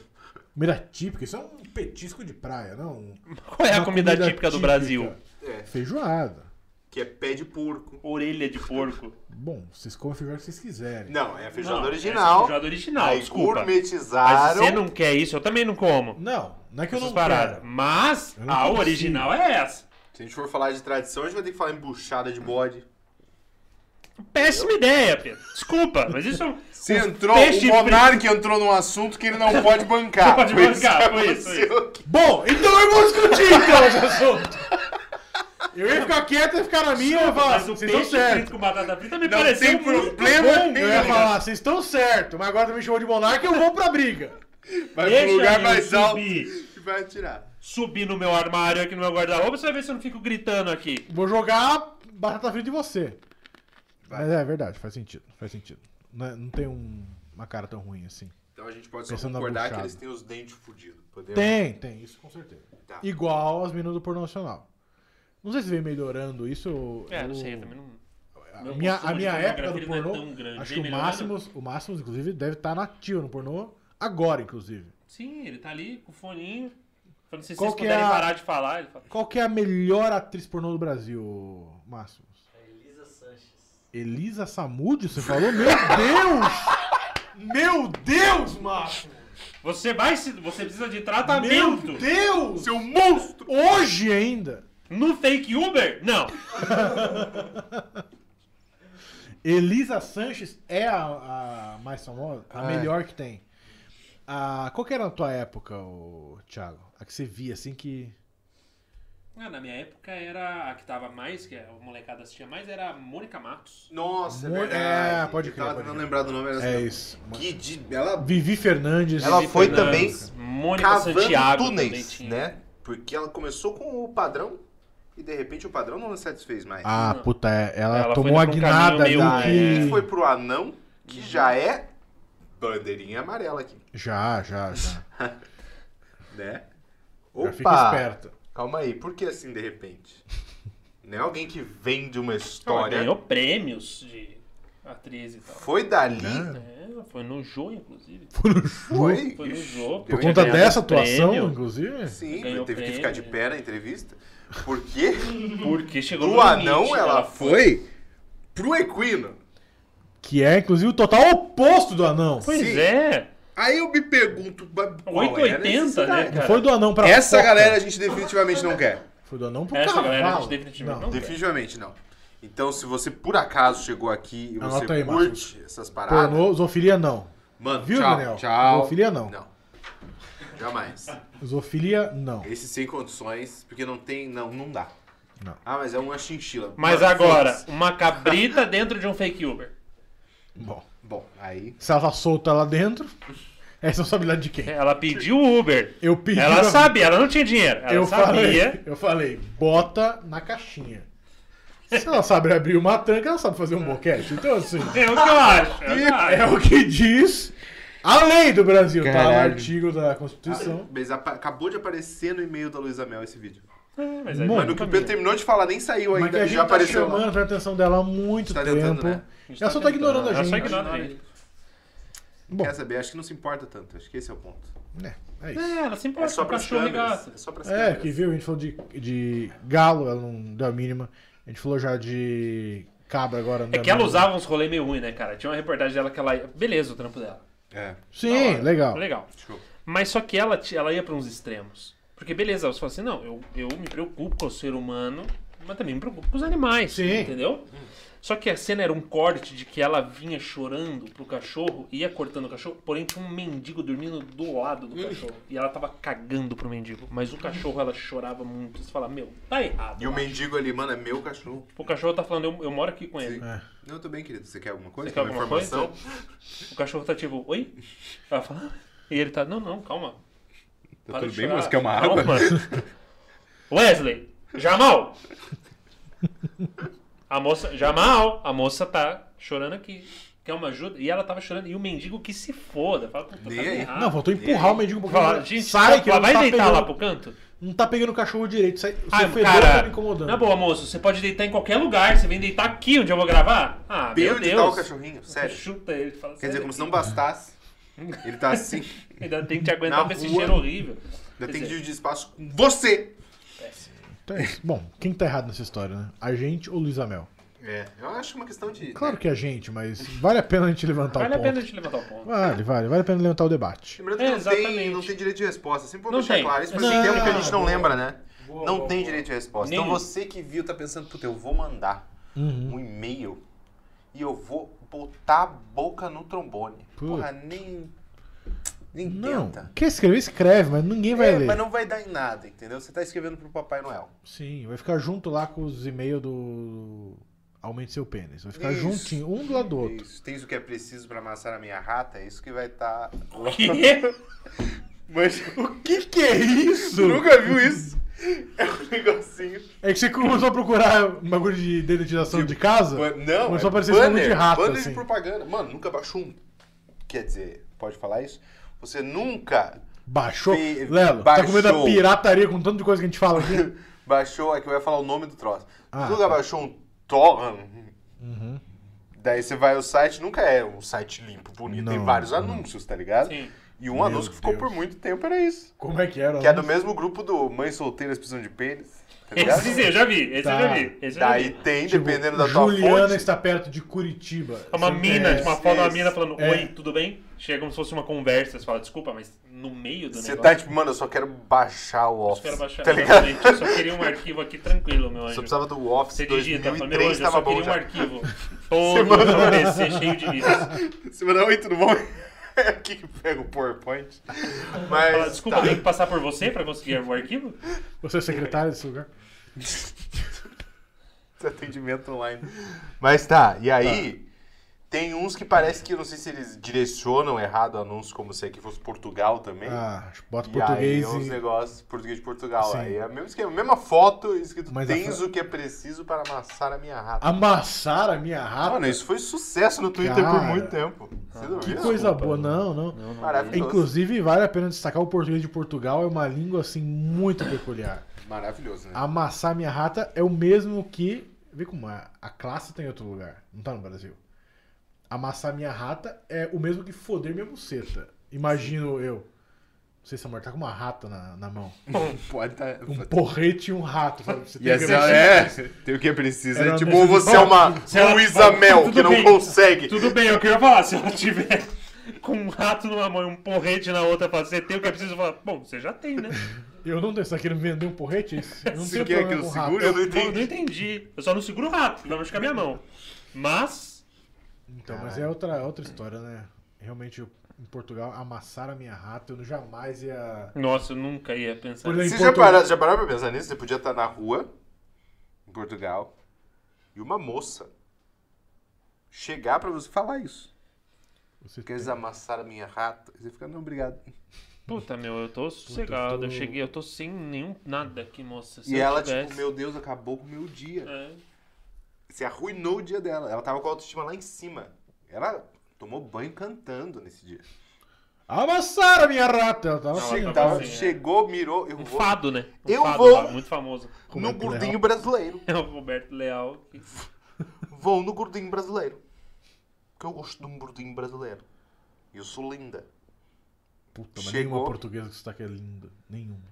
Speaker 1: Comida típica, isso é um petisco de praia, não?
Speaker 3: Qual é a
Speaker 1: Uma
Speaker 3: comida, típica do Brasil?
Speaker 5: É,
Speaker 1: Feijoada.
Speaker 5: que é pé de porco.
Speaker 3: Orelha de porco.
Speaker 1: Bom, vocês comem a feijoada que vocês quiserem.
Speaker 5: Não, é a feijoada
Speaker 3: Não,
Speaker 5: original.
Speaker 3: essa é a feijoada original,
Speaker 5: Aí
Speaker 3: desculpa. Mas se
Speaker 5: gourmetizaram.
Speaker 3: você não quer isso, eu também não como.
Speaker 1: Não, não é que eu
Speaker 3: Essas
Speaker 1: não
Speaker 3: paradas.
Speaker 1: quero.
Speaker 3: Mas
Speaker 1: Eu não assim.
Speaker 3: a
Speaker 1: consigo.
Speaker 3: original é essa.
Speaker 5: Se a gente for falar de tradição, a gente vai ter que falar em buchada de bode.
Speaker 3: Péssima ideia, Pedro. Desculpa, mas isso é um.
Speaker 5: Você
Speaker 3: um
Speaker 5: entrou,
Speaker 3: peixe
Speaker 5: o Monark entrou num assunto que ele não pode bancar.
Speaker 3: Não pode
Speaker 5: Foi isso
Speaker 3: bancar,
Speaker 5: que é
Speaker 3: foi isso,
Speaker 5: aconteceu.
Speaker 1: Bom, então eu vou discutir então esse assunto. (laughs) Eu ia ficar quieto, ia ficar na minha e ia falar,
Speaker 3: Mas o
Speaker 1: vocês
Speaker 3: peixe
Speaker 1: estão
Speaker 3: frito
Speaker 1: certos.
Speaker 3: com batata frita me
Speaker 5: Não
Speaker 3: pareceu
Speaker 5: tem
Speaker 3: muito
Speaker 5: problema
Speaker 3: bom. né,
Speaker 1: Eu ia falar, vocês estão certos, mas agora me chamou de monarca eu vou pra briga.
Speaker 5: Vai
Speaker 3: Deixa
Speaker 5: pro lugar
Speaker 3: eu
Speaker 5: mais alto
Speaker 3: subir.
Speaker 5: e vai atirar.
Speaker 3: Subir no meu armário aqui no meu guarda-roupa, você vai ver se eu não fico gritando aqui.
Speaker 1: Vou jogar batata frita em você. Mas é verdade, faz sentido, faz sentido. Não, é- não tem um- uma cara tão ruim assim.
Speaker 5: Então a gente pode só
Speaker 1: Pensando na
Speaker 5: concordar que
Speaker 1: buchada.
Speaker 5: eles têm os dentes fudidos. Podemos?
Speaker 1: Tem, tem, isso com certeza.
Speaker 5: Tá.
Speaker 1: Igual as meninas do porno nacional. Não sei se vem melhorando isso. eu-
Speaker 3: É, não
Speaker 1: eu-
Speaker 3: sei, eu também não.
Speaker 1: A
Speaker 3: Meu
Speaker 1: minha,
Speaker 3: consumo
Speaker 1: a
Speaker 3: de
Speaker 1: minha época do
Speaker 3: pornografia não é
Speaker 1: pornô,
Speaker 3: tão grande.
Speaker 1: acho
Speaker 3: Vem
Speaker 1: que o
Speaker 3: melhorando?
Speaker 1: Máximos, o Máximos, inclusive, deve estar nativo no pornô agora, inclusive.
Speaker 3: Sim, ele tá ali com o foninho. Falando se
Speaker 1: Qual
Speaker 3: vocês
Speaker 1: que é
Speaker 3: puderem
Speaker 1: a-
Speaker 3: parar de falar. Ele fala,
Speaker 1: Qual que é a melhor atriz pornô do Brasil, Máximos?
Speaker 4: Elisa Sanches.
Speaker 1: Elisa Samudio, você falou?
Speaker 3: (laughs)
Speaker 1: Meu Deus! Meu Deus, Máximos!
Speaker 3: Você vai se. Você precisa de
Speaker 1: Meu
Speaker 3: tratamento
Speaker 1: Deus!
Speaker 5: Seu monstro!
Speaker 1: Hoje ainda!
Speaker 3: no fake Uber? Não.
Speaker 1: Elisa Sanches é a, a mais famosa, a
Speaker 3: É.
Speaker 1: melhor que tem. A, qual que era na tua época, ô, Thiago? A que você via assim que.
Speaker 3: Ah, na minha época era a que tava mais, que a molecada assistia mais, era a Mônica Matos.
Speaker 5: Nossa, é
Speaker 1: Mo-
Speaker 5: verdade.
Speaker 1: é, pode
Speaker 5: Eu
Speaker 1: crer,
Speaker 5: Tava
Speaker 1: pode
Speaker 5: tentando
Speaker 1: crer.
Speaker 5: lembrar do nome. Era
Speaker 1: É
Speaker 5: assim,
Speaker 1: isso.
Speaker 5: Que de... Ela
Speaker 1: Vivi Fernandes.
Speaker 2: Ela
Speaker 3: Felipe
Speaker 2: foi
Speaker 3: Fernandes, Mônica
Speaker 5: cavando
Speaker 3: Santiago também
Speaker 5: túneis,
Speaker 3: tinha.
Speaker 5: né? Porque ela começou com o padrão e de repente o padrão não a satisfez mais.
Speaker 1: Ah,
Speaker 3: Não.
Speaker 1: puta, é, ela,
Speaker 3: Ela foi
Speaker 1: tomou a
Speaker 3: pra um
Speaker 1: guinada
Speaker 3: caminho meio
Speaker 1: do
Speaker 5: A
Speaker 1: que.
Speaker 5: gente foi pro anão, que já é bandeirinha amarela aqui,
Speaker 1: Já, já, já.
Speaker 5: né?
Speaker 1: Já fica
Speaker 5: Opa!
Speaker 1: esperta.
Speaker 5: Calma aí, por que assim
Speaker 1: (laughs)
Speaker 5: de repente? Não é alguém que vem de uma
Speaker 3: Ela
Speaker 5: história.
Speaker 3: ganhou prêmios de atriz e tal.
Speaker 5: Foi dali.
Speaker 3: É, foi no Jô, inclusive.
Speaker 1: Foi no jogo.
Speaker 5: Foi.
Speaker 3: Foi no Jô.
Speaker 1: Por
Speaker 5: Eu
Speaker 1: conta
Speaker 3: ganhou
Speaker 1: dessa
Speaker 3: prêmio,
Speaker 1: atuação, inclusive?
Speaker 5: Sim,
Speaker 3: Ganhou
Speaker 5: teve que
Speaker 3: prêmio,
Speaker 5: ficar de
Speaker 3: né?
Speaker 5: pé na entrevista. Porque
Speaker 3: Porque chegou
Speaker 5: do
Speaker 3: no limite,
Speaker 5: anão ela foi pro equino.
Speaker 1: Que é, inclusive, o total oposto do anão.
Speaker 3: Pois
Speaker 5: Sim.
Speaker 3: é.
Speaker 5: Aí eu me pergunto. ba- qual era a
Speaker 3: 880, né,
Speaker 5: necessidade?
Speaker 1: Não
Speaker 3: cara?
Speaker 1: foi do anão pra
Speaker 5: Essa
Speaker 1: foca.
Speaker 5: galera a gente definitivamente não quer.
Speaker 1: Foi do anão pro
Speaker 3: Essa
Speaker 1: cavalo.
Speaker 3: galera é a gente definitivamente não, quer.
Speaker 5: Definitivamente não. Então, se você por acaso chegou aqui e você
Speaker 1: Anota aí,
Speaker 5: curte essas paradas.
Speaker 1: Pornô, zoofilia não.
Speaker 5: Mano,
Speaker 1: Viu,
Speaker 5: tchau,
Speaker 1: Daniel? é
Speaker 5: tchau.
Speaker 1: Zoofilia não.
Speaker 5: Não. Jamais.
Speaker 1: Zoofilia, não.
Speaker 5: Esse sem condições, porque não tem. Não, não dá.
Speaker 1: Não.
Speaker 5: Ah, mas é uma chinchila.
Speaker 3: Mas
Speaker 5: Mano,
Speaker 3: agora,
Speaker 5: foda-se.
Speaker 3: uma cabrita dentro de um fake Uber.
Speaker 1: Bom,
Speaker 5: Bom, aí.
Speaker 1: se ela tá solta lá dentro, é responsabilidade de quem?
Speaker 3: Ela pediu
Speaker 1: (laughs)
Speaker 3: o Uber.
Speaker 1: Eu pedi.
Speaker 3: Ela
Speaker 1: pra-
Speaker 3: sabia, ela não tinha dinheiro. Ela
Speaker 1: eu
Speaker 3: sabia.
Speaker 1: Falei, eu falei, bota na caixinha. Se ela sabe abrir uma tranca, ela sabe fazer um boquete. Então, assim,
Speaker 3: É o que eu acho. é o que eu acho.
Speaker 1: é o que diz a lei do Brasil, tá? No
Speaker 6: Caralho.
Speaker 1: artigo da Constituição.
Speaker 5: Mas apa- acabou de aparecer no e-mail da Luísa Mel esse vídeo.
Speaker 3: É, mas aí
Speaker 1: Bom,
Speaker 3: vai
Speaker 5: Mas no que o
Speaker 3: caminho.
Speaker 5: Pedro terminou de falar, nem saiu
Speaker 1: Mas que
Speaker 5: ainda.
Speaker 1: a
Speaker 5: e
Speaker 1: gente
Speaker 5: Já
Speaker 1: tá
Speaker 5: apareceu. lá.
Speaker 1: chamando a atenção dela há muito
Speaker 5: Tá
Speaker 1: tempo.
Speaker 5: tentando, né?
Speaker 3: gente
Speaker 1: Ela só tá ignorando a
Speaker 3: tentando,
Speaker 1: gente.
Speaker 3: Ela só ignora a gente.
Speaker 1: Bom.
Speaker 5: Quer saber? Acho que não se importa tanto. Acho que esse é o ponto.
Speaker 1: É, é isso.
Speaker 3: É, ela sempre
Speaker 5: É
Speaker 3: acha
Speaker 5: só
Speaker 3: um
Speaker 5: pras
Speaker 3: cachorro e
Speaker 5: câmeras.
Speaker 3: gata.
Speaker 5: É só pras
Speaker 1: É,
Speaker 5: câmeras.
Speaker 1: que viu, a gente falou de, de galo, ela não deu a mínima. A gente falou já de cabra agora. né? não
Speaker 3: É
Speaker 1: deu a
Speaker 3: que ela
Speaker 1: mínima.
Speaker 3: usava uns rolês meio ruim, né, cara? Tinha uma reportagem dela que ela ia. Beleza, o trampo dela.
Speaker 5: É.
Speaker 1: Sim, legal.
Speaker 3: Legal.
Speaker 5: Show.
Speaker 3: Mas só que ela, ti- ela ia pra uns extremos. Porque, beleza, você fala assim: não, eu, eu me preocupo com o ser humano, mas também me preocupo com os animais.
Speaker 1: Sim.
Speaker 3: Entendeu? Só que a cena era um corte de que ela vinha chorando pro cachorro, ia cortando o cachorro, porém tinha um mendigo dormindo do lado do cachorro. E ela tava cagando pro mendigo. Mas o cachorro, ela chorava muito. Você fala: meu, tá errado.
Speaker 5: E o
Speaker 3: eu acho."
Speaker 5: mendigo ali, mano, é meu cachorro.
Speaker 3: O cachorro tá falando: eu, eu moro aqui com ele.
Speaker 5: Sim. Não, eu tô bem, querido. Você quer alguma coisa?
Speaker 3: Você quer
Speaker 5: uma
Speaker 3: alguma coisa?
Speaker 5: informação?
Speaker 3: O cachorro tá tipo, oi? Ela fala, "Ah." e ele tá, não, não, calma.
Speaker 5: Tá
Speaker 3: Para
Speaker 5: tudo
Speaker 3: de
Speaker 5: bem, (laughs)
Speaker 3: chorar.
Speaker 5: mas quer uma
Speaker 3: Calma.
Speaker 5: água?
Speaker 3: Wesley, Jamal! A moça. Jamal! A moça tá chorando aqui. Quer uma ajuda? E ela tava chorando. E o mendigo que se foda. Fala, puta, tá
Speaker 5: Nem aí.
Speaker 1: (laughs)
Speaker 3: errado.
Speaker 1: Não, faltou empurrar o mendigo um pouquinho.
Speaker 3: Fala, gente,
Speaker 1: sai que
Speaker 3: ela
Speaker 1: não
Speaker 3: vai
Speaker 1: tá
Speaker 3: deitar
Speaker 1: pegando,
Speaker 3: lá pro canto?
Speaker 1: Não tá pegando o cachorro direito. Sai, o
Speaker 3: Ah,
Speaker 1: seu fedor tá
Speaker 3: cara,
Speaker 1: me incomodando.
Speaker 3: na boa, moço, você pode deitar em qualquer lugar. Você vem deitar aqui onde eu vou gravar? Ah,
Speaker 5: Deu
Speaker 3: meu
Speaker 5: onde tá o
Speaker 3: Deus.
Speaker 5: cachorrinho, sério.
Speaker 3: Chuta ele, fala
Speaker 5: Quer dizer,
Speaker 3: sério.
Speaker 5: como se não bastasse, ele tá (laughs) assim.
Speaker 3: Ainda tem que te aguentar
Speaker 5: Na
Speaker 3: com esse
Speaker 5: rua.
Speaker 3: cheiro horrível.
Speaker 5: Ainda
Speaker 3: Quer
Speaker 5: tem que
Speaker 3: dizer,
Speaker 5: dividir espaço com você.
Speaker 1: Então é isso. Bom, quem tá errado nessa história, né? A gente ou Luiz Amel?
Speaker 5: É, eu acho uma questão de... né,
Speaker 1: Claro que é a gente, mas vale a pena a gente levantar
Speaker 3: Vale
Speaker 1: o
Speaker 3: a
Speaker 1: ponto.
Speaker 3: pena a gente levantar o
Speaker 5: (laughs)
Speaker 3: ponto.
Speaker 1: Vale, vale. Vale a pena levantar o debate.
Speaker 5: Lembrando que
Speaker 3: É,
Speaker 5: não, tem,
Speaker 3: exatamente.
Speaker 5: não tem direito de resposta. Sempre vou
Speaker 3: Não
Speaker 5: deixar
Speaker 3: tem.
Speaker 5: claro isso, mas
Speaker 3: Não,
Speaker 5: tem tempo que a gente não
Speaker 3: boa.
Speaker 5: lembra, né?
Speaker 4: Boa,
Speaker 5: não
Speaker 4: boa,
Speaker 5: tem
Speaker 4: boa.
Speaker 5: direito de resposta.
Speaker 3: Nenhum.
Speaker 5: Então você que viu tá pensando, puta, eu vou mandar
Speaker 1: Uhum.
Speaker 5: um e-mail e eu vou botar a boca no trombone. Porra, nem. Nem
Speaker 1: Não.
Speaker 5: tenta.
Speaker 1: Quer escrever, escreve, mas ninguém vai
Speaker 5: é,
Speaker 1: ler.
Speaker 5: mas não vai dar em nada, entendeu? Você tá escrevendo pro Papai Noel.
Speaker 1: Sim, vai ficar junto lá com os e-mails do Aumente Seu Pênis. Vai ficar
Speaker 5: Isso.
Speaker 1: juntinho, um do lado do outro.
Speaker 5: Isso, tens o que é preciso pra amassar a minha rata, é isso que vai estar.
Speaker 3: (laughs) Que?
Speaker 5: Mas o
Speaker 1: Que que é isso?
Speaker 5: tu nunca viu isso? É um negocinho.
Speaker 1: É que você começou a procurar um bagulho de dedetização
Speaker 5: Tipo,
Speaker 1: de casa?
Speaker 5: Ban- Não,
Speaker 1: Começou a
Speaker 5: é
Speaker 1: aparecer esse
Speaker 5: banner,
Speaker 1: nome de rato,
Speaker 5: banner
Speaker 1: assim.
Speaker 5: de propaganda. Mano, nunca baixou um. Quer dizer, pode falar isso? Você nunca
Speaker 1: Baixou?
Speaker 5: Fi-
Speaker 1: Lelo, tá com medo da
Speaker 5: baixou.
Speaker 1: pirataria com tanto de coisa que a gente fala aqui?
Speaker 5: (laughs) baixou, é que eu ia falar o nome do troço.
Speaker 1: Ah,
Speaker 5: nunca
Speaker 1: tá.
Speaker 5: baixou um torrent.
Speaker 1: Uhum.
Speaker 5: Daí você vai ao site, nunca é um site limpo, bonito, tem
Speaker 1: Não,
Speaker 5: vários anúncios, tá ligado?
Speaker 3: Sim.
Speaker 5: E um
Speaker 1: Meu
Speaker 5: anúncio que ficou
Speaker 1: Deus.
Speaker 5: por muito tempo era isso.
Speaker 1: Como é que era?
Speaker 5: Que é do mesmo grupo do Mães Solteiras Precisam de Pênis, tá ligado?
Speaker 3: Esse eu já vi, esse eu já
Speaker 1: Tá.
Speaker 3: vi. Esse eu já
Speaker 5: Daí
Speaker 3: vi.
Speaker 5: tem,
Speaker 1: Tipo,
Speaker 5: dependendo da tua
Speaker 1: Juliana
Speaker 5: fonte.
Speaker 1: está perto de Curitiba.
Speaker 3: É uma
Speaker 1: Você-
Speaker 3: mina,
Speaker 1: é,
Speaker 3: tipo, uma foto da
Speaker 5: esse-
Speaker 3: mina falando,
Speaker 1: é.
Speaker 3: oi, tudo bem? Chega como se fosse uma conversa, você fala, desculpa, mas no meio do
Speaker 5: Você
Speaker 3: negócio.
Speaker 5: tá tipo, mano, eu só quero baixar o
Speaker 3: eu
Speaker 5: Office.
Speaker 3: só quero baixar.
Speaker 5: Tá ligado?
Speaker 3: exatamente, Eu só queria um arquivo aqui tranquilo, meu anjo.
Speaker 5: Só precisava do Office
Speaker 3: Você digita, fala, meu
Speaker 5: 2003,
Speaker 3: anjo, eu só
Speaker 5: tava bom
Speaker 3: queria um
Speaker 5: já. (laughs)
Speaker 3: arquivo. Todo entornecer, cheio de riscos.
Speaker 5: Você (laughs) mandar oi, tudo bom? É aqui que pega o
Speaker 3: (laughs)
Speaker 5: PowerPoint. Mas,
Speaker 3: Fala, desculpa,
Speaker 5: tá.
Speaker 3: eu tenho que passar por você pra conseguir
Speaker 5: (laughs)
Speaker 3: o arquivo?
Speaker 1: Você é secretária desse lugar?
Speaker 5: Esse (laughs) atendimento online. Mas tá, e aí tem uns que parece que, eu não sei se eles direcionam errado o anúncio, como se aqui fosse Portugal também.
Speaker 1: Ah, bota
Speaker 5: e aí
Speaker 1: português
Speaker 5: é uns
Speaker 1: e...
Speaker 5: negócios português de Portugal.
Speaker 1: Sim.
Speaker 5: Aí é o mesmo esquema, mesma foto escrito
Speaker 1: Mas a
Speaker 5: tens
Speaker 1: fra-
Speaker 5: o que é preciso para amassar a minha rata.
Speaker 1: Amassar a minha rata?
Speaker 5: Mano, isso é foi sucesso no Twitter por
Speaker 1: Ah, Cara.
Speaker 5: muito tempo.
Speaker 3: Ah,
Speaker 5: Você não
Speaker 1: que
Speaker 5: viu?
Speaker 1: coisa boa. Não, não.
Speaker 5: Maravilhoso.
Speaker 1: Inclusive, vale a pena destacar o português de Portugal, é uma língua assim muito peculiar.
Speaker 5: Maravilhoso,
Speaker 1: Ah,
Speaker 5: né?
Speaker 1: Amassar minha rata é o mesmo que. Vê como é? A classe tá em outro lugar, não tá no Brasil. Amassar minha rata é o mesmo que foder minha buceta. Imagino eu. Não sei se a mulher tá com uma rata na, na mão.
Speaker 5: Pode tá...
Speaker 1: Um porrete e um rato. Sabe? Você
Speaker 5: (laughs) E assim,
Speaker 1: imaginar.
Speaker 5: é, tem o que é preciso.
Speaker 1: Era
Speaker 5: né? Tipo,
Speaker 1: uma
Speaker 5: ou
Speaker 1: decisão-
Speaker 5: você é uma
Speaker 3: Se ela-
Speaker 5: Luísa
Speaker 3: Bom,
Speaker 5: Mel,
Speaker 3: tudo
Speaker 5: que não
Speaker 3: bem.
Speaker 5: consegue.
Speaker 3: Tudo bem, é eu queria falar, se ela tiver com um rato numa mão e um porrete na outra, fala, você tem o que é preciso falar. Bom, você já tem, né?
Speaker 1: Eu não tenho. Você tá querendo vender um porrete? Eu não
Speaker 5: Você
Speaker 1: tenho
Speaker 5: quer
Speaker 1: problema
Speaker 5: que eu
Speaker 1: com rato.
Speaker 5: segure? (laughs)
Speaker 3: Eu,
Speaker 5: Eu não entendi.
Speaker 3: eu não entendi. Eu só não seguro o rato, não vai machucar minha mão. Mas.
Speaker 1: Então, mas é outra, outra história, né? Realmente, eu- em Portugal, amassar a minha rata, eu jamais ia.
Speaker 3: Nossa, eu nunca ia pensar
Speaker 1: Por
Speaker 3: nisso.
Speaker 1: em
Speaker 5: Você já
Speaker 1: Portugal.
Speaker 5: parou, já parou pra pensar nisso? Você podia estar na rua, em Portugal, e uma moça chegar pra você e falar isso.
Speaker 1: Você
Speaker 5: Queres amassar a minha rata? E Você fica, não, obrigado.
Speaker 3: Puta, meu, eu tô sossegado.
Speaker 1: tô-
Speaker 3: Eu cheguei, eu tô sem nenhum nada aqui, moça. Se
Speaker 5: e
Speaker 3: eu
Speaker 5: ela,
Speaker 3: tivesse...
Speaker 5: tipo, meu Deus, acabou com o meu dia.
Speaker 3: É.
Speaker 5: Você arruinou o dia dela. Ela tava com a autoestima lá em cima. Ela tomou banho cantando nesse dia.
Speaker 1: Amassar a minha rata! Ela tava
Speaker 3: Não,
Speaker 1: assim,
Speaker 3: ela
Speaker 1: tava.
Speaker 5: Tava,
Speaker 3: assim, é.
Speaker 5: chegou, mirou, eu
Speaker 3: Um
Speaker 5: vou
Speaker 3: fado, né? Um
Speaker 5: Eu
Speaker 3: fado,
Speaker 5: vou-
Speaker 3: lá, muito famoso.
Speaker 5: no
Speaker 3: (laughs)
Speaker 1: Roberto Leal.
Speaker 5: gordinho brasileiro.
Speaker 3: É o Roberto Leal. que-
Speaker 5: Vou no gordinho brasileiro. Porque eu gosto de um gordinho brasileiro. Eu sou linda.
Speaker 1: Puta, mas
Speaker 5: Chegou.
Speaker 1: nenhuma portuguesa com sotaque é linda.
Speaker 5: (laughs)
Speaker 1: Nenhuma.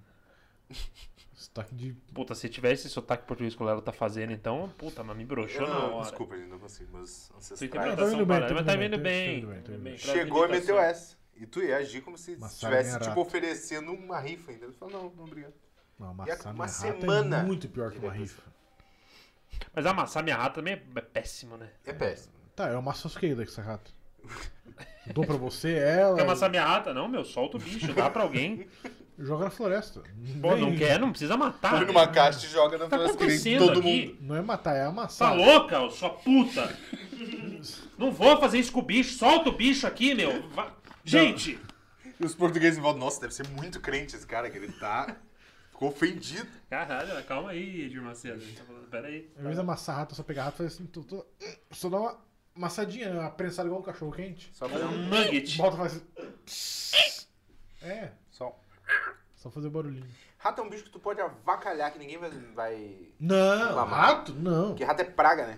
Speaker 1: Sotaque de.
Speaker 3: Puta, se tivesse esse sotaque português que o Leal tá fazendo, então, puta, mas me broxou na hora.
Speaker 5: desculpa, gente, não consigo, mas
Speaker 3: Sua
Speaker 5: ancestrais.
Speaker 3: interpretação
Speaker 1: indo bem,
Speaker 3: parada,
Speaker 1: tá
Speaker 3: mas tá
Speaker 1: indo
Speaker 3: vindo
Speaker 1: bem,
Speaker 3: bem.
Speaker 1: tá indo bem, tá indo bem.
Speaker 5: Chegou e meteu
Speaker 3: essa.
Speaker 5: essa. E tu ia agir como se
Speaker 1: Uma
Speaker 5: estivesse,
Speaker 1: sarinha rata.
Speaker 5: tipo, oferecendo uma rifa ainda. Ele falou, não, não, obrigado.
Speaker 1: Não,
Speaker 5: E
Speaker 1: amassar
Speaker 5: é
Speaker 1: a
Speaker 5: uma
Speaker 1: minha rata
Speaker 5: semana
Speaker 1: é muito pior que uma rifa.
Speaker 3: Mas amassar minha rata também é péssimo, né?
Speaker 5: É péssimo.
Speaker 1: Tá, eu amasso as queidas com essa
Speaker 5: (laughs)
Speaker 1: rata. Eu Dou pra você ela.
Speaker 3: Quer amassar minha rata? Não, meu, solta o bicho, dá
Speaker 1: (laughs)
Speaker 3: pra alguém.
Speaker 1: Joga na floresta.
Speaker 3: Pô, não
Speaker 1: Vem.
Speaker 3: quer, não precisa matar.
Speaker 5: Põe
Speaker 3: né?
Speaker 5: numa caixa e joga na
Speaker 3: Tá
Speaker 5: frente de
Speaker 3: acontecendo
Speaker 5: todo
Speaker 3: aqui?
Speaker 5: mundo.
Speaker 1: Não é matar, é
Speaker 3: Tá
Speaker 1: amassar.
Speaker 3: louca, ô, sua puta? Não vou fazer isso com o bicho. Solta o bicho aqui, meu. Vai- Gente,
Speaker 5: E os portugueses falam, nossa, deve ser muito crente esse cara, que ele tá (laughs) Ficou ofendido.
Speaker 3: Caralho, calma aí, Edir Macedo. Tá falando- Pera aí.
Speaker 1: Às vezes amassar rato, só pegar rato, faz assim, tu, tu, só dá uma amassadinha, né? uma prensada igual um cachorro quente.
Speaker 5: Só
Speaker 3: Fazer
Speaker 5: fazer
Speaker 3: um
Speaker 5: um.
Speaker 3: nugget.
Speaker 1: Volta e faz assim. É,
Speaker 5: Só.
Speaker 1: só fazer barulhinho.
Speaker 2: Rato é um bicho que tu pode avacalhar, que ninguém vai. vai...
Speaker 1: Não,
Speaker 2: Reclamar.
Speaker 1: rato? Não.
Speaker 2: Porque rato é praga, né?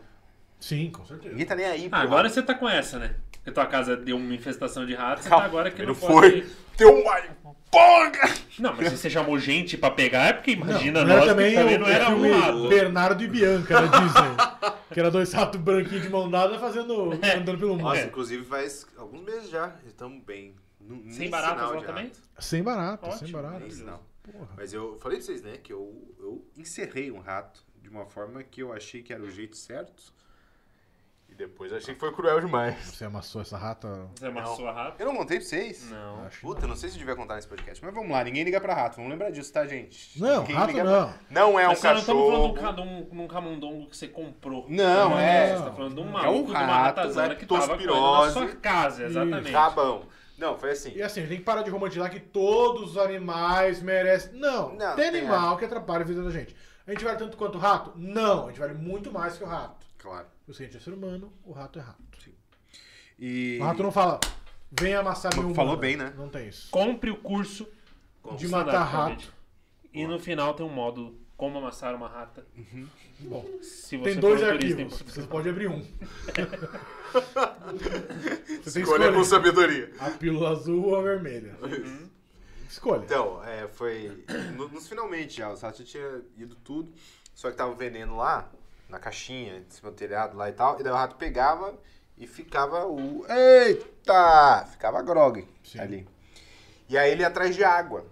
Speaker 1: Sim, com certeza.
Speaker 2: Ninguém tá nem aí.
Speaker 3: Ah,
Speaker 2: pro
Speaker 3: agora
Speaker 2: rato.
Speaker 3: você tá com essa, né? Porque tua casa deu uma infestação de ratos, você tá
Speaker 2: Calma,
Speaker 3: agora que
Speaker 5: ele
Speaker 3: não
Speaker 5: foi.
Speaker 3: pode...
Speaker 5: Teu pai! Porra!
Speaker 3: Não, mas se você chamou gente pra pegar, é porque imagina
Speaker 1: não era
Speaker 3: nós
Speaker 1: também,
Speaker 3: que também
Speaker 1: o
Speaker 3: não era
Speaker 1: filme
Speaker 3: um rato.
Speaker 1: Bernardo e Bianca, né, Disney. (laughs) que era dois ratos branquinhos de mão dada fazendo, andando pelo mundo.
Speaker 5: Nossa, inclusive faz alguns meses já. Estamos bem. Nu- nem
Speaker 3: Sem baratas
Speaker 5: sinal
Speaker 3: lá
Speaker 5: de
Speaker 3: também?
Speaker 5: rato.
Speaker 1: É. Sem barato, sem
Speaker 3: Ótimo,
Speaker 1: barato.
Speaker 5: Nem sinal.
Speaker 1: Porra.
Speaker 5: Mas eu falei pra vocês, né, que eu, eu encerrei um rato de uma forma que eu achei que era o jeito certo. E depois eu achei que foi cruel demais.
Speaker 1: Você amassou essa rata?
Speaker 3: Você é amassou a rato?
Speaker 5: Eu não contei pra vocês?
Speaker 3: Não.
Speaker 1: Acho.
Speaker 5: Puta, não sei se eu devia contar nesse podcast. Mas vamos lá, ninguém liga pra rato. Vamos lembrar disso, tá, gente?
Speaker 1: Não,
Speaker 5: Ninguém
Speaker 1: rato
Speaker 5: liga pra-
Speaker 1: não.
Speaker 5: Não é um
Speaker 3: Mas você não tá falando
Speaker 5: cachorro.
Speaker 3: de um, ca- de um- de um camundongo que você comprou.
Speaker 5: Não, é.
Speaker 3: Você tá falando de um
Speaker 5: um
Speaker 3: maluco de uma
Speaker 5: rato,
Speaker 3: ratazana que tava
Speaker 5: leptospirose.
Speaker 3: correndo na sua casa, exatamente.
Speaker 5: Rabão. Não, foi assim.
Speaker 1: E assim, a gente tem que parar de romantizar que todos os animais merecem. Não,
Speaker 5: Não,
Speaker 1: tem
Speaker 5: tem
Speaker 1: animal que atrapalha a vida da gente. A gente vale tanto quanto o rato? Não, a gente vale muito mais que o rato.
Speaker 5: Claro.
Speaker 1: Porque Se a gente é ser humano, o rato é rato.
Speaker 5: E.
Speaker 1: O rato não fala, vem amassar meu
Speaker 5: Falou
Speaker 1: humano.
Speaker 5: bem, né?
Speaker 1: Não tem isso.
Speaker 3: Compre o curso
Speaker 1: De matar rato.
Speaker 3: E no final tem um módulo como amassar uma rata.
Speaker 5: Uhum.
Speaker 1: Bom,
Speaker 3: Se você
Speaker 1: tem dois
Speaker 3: for um turista em
Speaker 1: arquivos, você
Speaker 3: Portugal.
Speaker 1: pode abrir
Speaker 5: (laughs)
Speaker 1: um. você tem que
Speaker 5: Escolha com
Speaker 1: escolher
Speaker 5: sabedoria.
Speaker 1: a pílula azul ou a vermelha.
Speaker 5: Uhum.
Speaker 1: Escolha.
Speaker 5: Então, é, foi. no- nos finalmente já, os ratos já tinha ido tudo. Só que tava o veneno lá, na caixinha, em cima do telhado lá e tal. E daí o rato pegava e ficava o. Eita! Ficava grog
Speaker 1: Sim.
Speaker 5: ali. E aí ele ia atrás de água.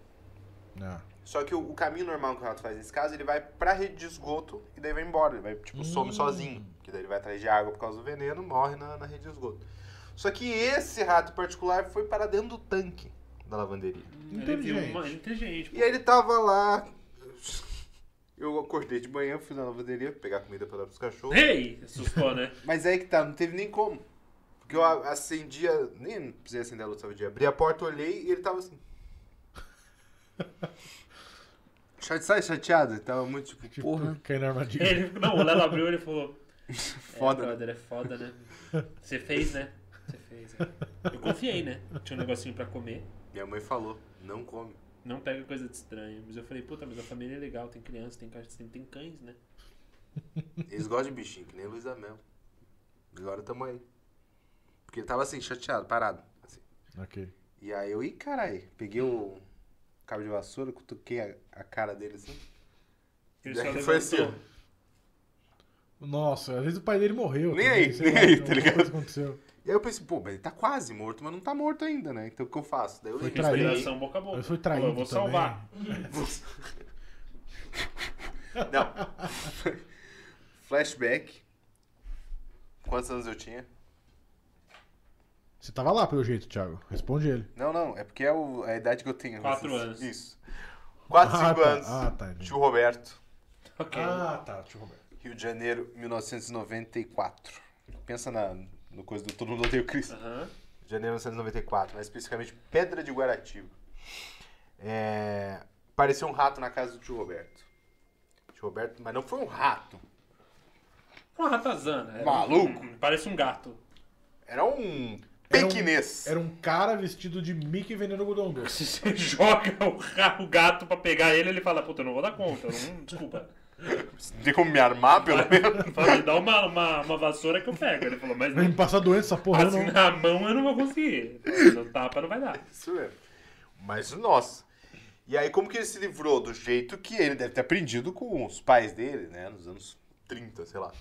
Speaker 1: Ah,
Speaker 5: Só que o, o caminho normal que o rato faz nesse caso, ele vai pra rede de esgoto e daí vai embora. Ele vai, tipo, some sozinho. Que daí ele vai atrás de água por causa do veneno, morre na, na rede de esgoto. Só que esse rato em particular foi para dentro do tanque da lavanderia.
Speaker 3: Ele viu
Speaker 1: Inteligente.
Speaker 3: uma- ele é inteligente.
Speaker 5: E aí ele tava lá. Eu acordei de manhã, fui na lavanderia pegar comida pra dar pros cachorros.
Speaker 3: Ei,
Speaker 1: (laughs)
Speaker 3: assustou, né?
Speaker 5: Mas aí que tá, não teve nem como. Porque eu a- acendia, nem não precisei acender a luz, tava de dia. Abri a porta, olhei e ele tava assim. (laughs) Chate- Sabe chateado? Ele tava muito tipo,
Speaker 1: tipo,
Speaker 6: Porra.
Speaker 1: caiu na armadilha.
Speaker 3: Ele, não, o Lelo abriu e ele falou:
Speaker 5: (laughs)
Speaker 3: É,
Speaker 5: foda. né?
Speaker 3: brother, é foda, né? Você fez, né? Você fez. né? Eu confiei, né? Tinha um negocinho pra comer.
Speaker 5: Minha mãe falou, não come.
Speaker 3: Não pega coisa de estranho. Mas eu falei, puta, mas a família é legal, tem criança, tem caixa, tem, tem cães, né?
Speaker 5: Eles gostam de bichinho, que nem Luiz Amel. Agora tamo aí. Porque ele tava assim, chateado, parado. assim.
Speaker 1: Ok.
Speaker 5: E aí eu, ih, carai, peguei o cabo de vassoura, cutuquei a, a cara dele assim.
Speaker 3: Ele
Speaker 5: E
Speaker 3: só
Speaker 5: aí
Speaker 3: levantou.
Speaker 5: foi assim, ó.
Speaker 1: Nossa, às vezes o pai dele morreu.
Speaker 5: Nem
Speaker 1: também,
Speaker 5: aí,
Speaker 1: sei
Speaker 5: nem
Speaker 1: lá,
Speaker 5: aí, tá
Speaker 1: alguma
Speaker 5: ligado?
Speaker 1: coisa aconteceu.
Speaker 5: E aí eu pensei, pô, mas ele tá quase morto, mas não tá morto ainda, né? Então o que eu faço? Daí eu
Speaker 1: Foi
Speaker 5: lembrei.
Speaker 3: Inspiração boca a boca.
Speaker 1: Eu fui
Speaker 3: Pô,
Speaker 1: traído
Speaker 3: Eu vou
Speaker 1: também.
Speaker 3: salvar.
Speaker 5: Não. (laughs) Flashback. Quantos anos eu tinha?
Speaker 1: Você tava lá, pelo jeito, Thiago. Responde ele.
Speaker 5: Não, não, é porque é o- é a idade que eu tenho.
Speaker 3: Quatro
Speaker 5: Vocês-
Speaker 3: anos.
Speaker 5: Isso. Quatro,
Speaker 1: Ah,
Speaker 5: cinco
Speaker 1: tá.
Speaker 5: anos.
Speaker 1: Ah, tá. entendi.
Speaker 5: Tio Roberto,
Speaker 3: Ok.
Speaker 1: Ah, tá. Tio Roberto.
Speaker 5: Rio de Janeiro, 1994. Pensa na, no coisa do Todo Mundo Odeia o Cristo.
Speaker 3: Aham.
Speaker 5: janeiro de 1994, mas especificamente Pedra de Guaratiba. É, Apareceu um rato na casa do tio Roberto. Tio Roberto, mas não foi um rato.
Speaker 3: Uma ratazana. era um-
Speaker 5: Maluco.
Speaker 3: Parece um gato. (laughs)
Speaker 5: Era um
Speaker 1: Era um-
Speaker 5: pequinês.
Speaker 1: Era um cara vestido de Mickey vendendo algodão doce.
Speaker 3: Se você joga o, ra- o gato pra pegar ele, ele fala, puta, eu não vou dar conta. eu não- (laughs) desculpa.
Speaker 5: Tem como me armar, pelo menos?
Speaker 3: Fala, me dá uma, uma, uma vassoura que eu pego. Ele falou, mas
Speaker 1: Vai me passar doença, essa porra. eu
Speaker 3: assim
Speaker 1: Não...
Speaker 3: na mão eu não vou conseguir. Ele falou, No tapa não vai dar.
Speaker 5: Isso mesmo. Mas nossa. E aí, como que ele se livrou? Do jeito que ele deve ter aprendido com os pais dele, né? Nos anos 30, sei lá.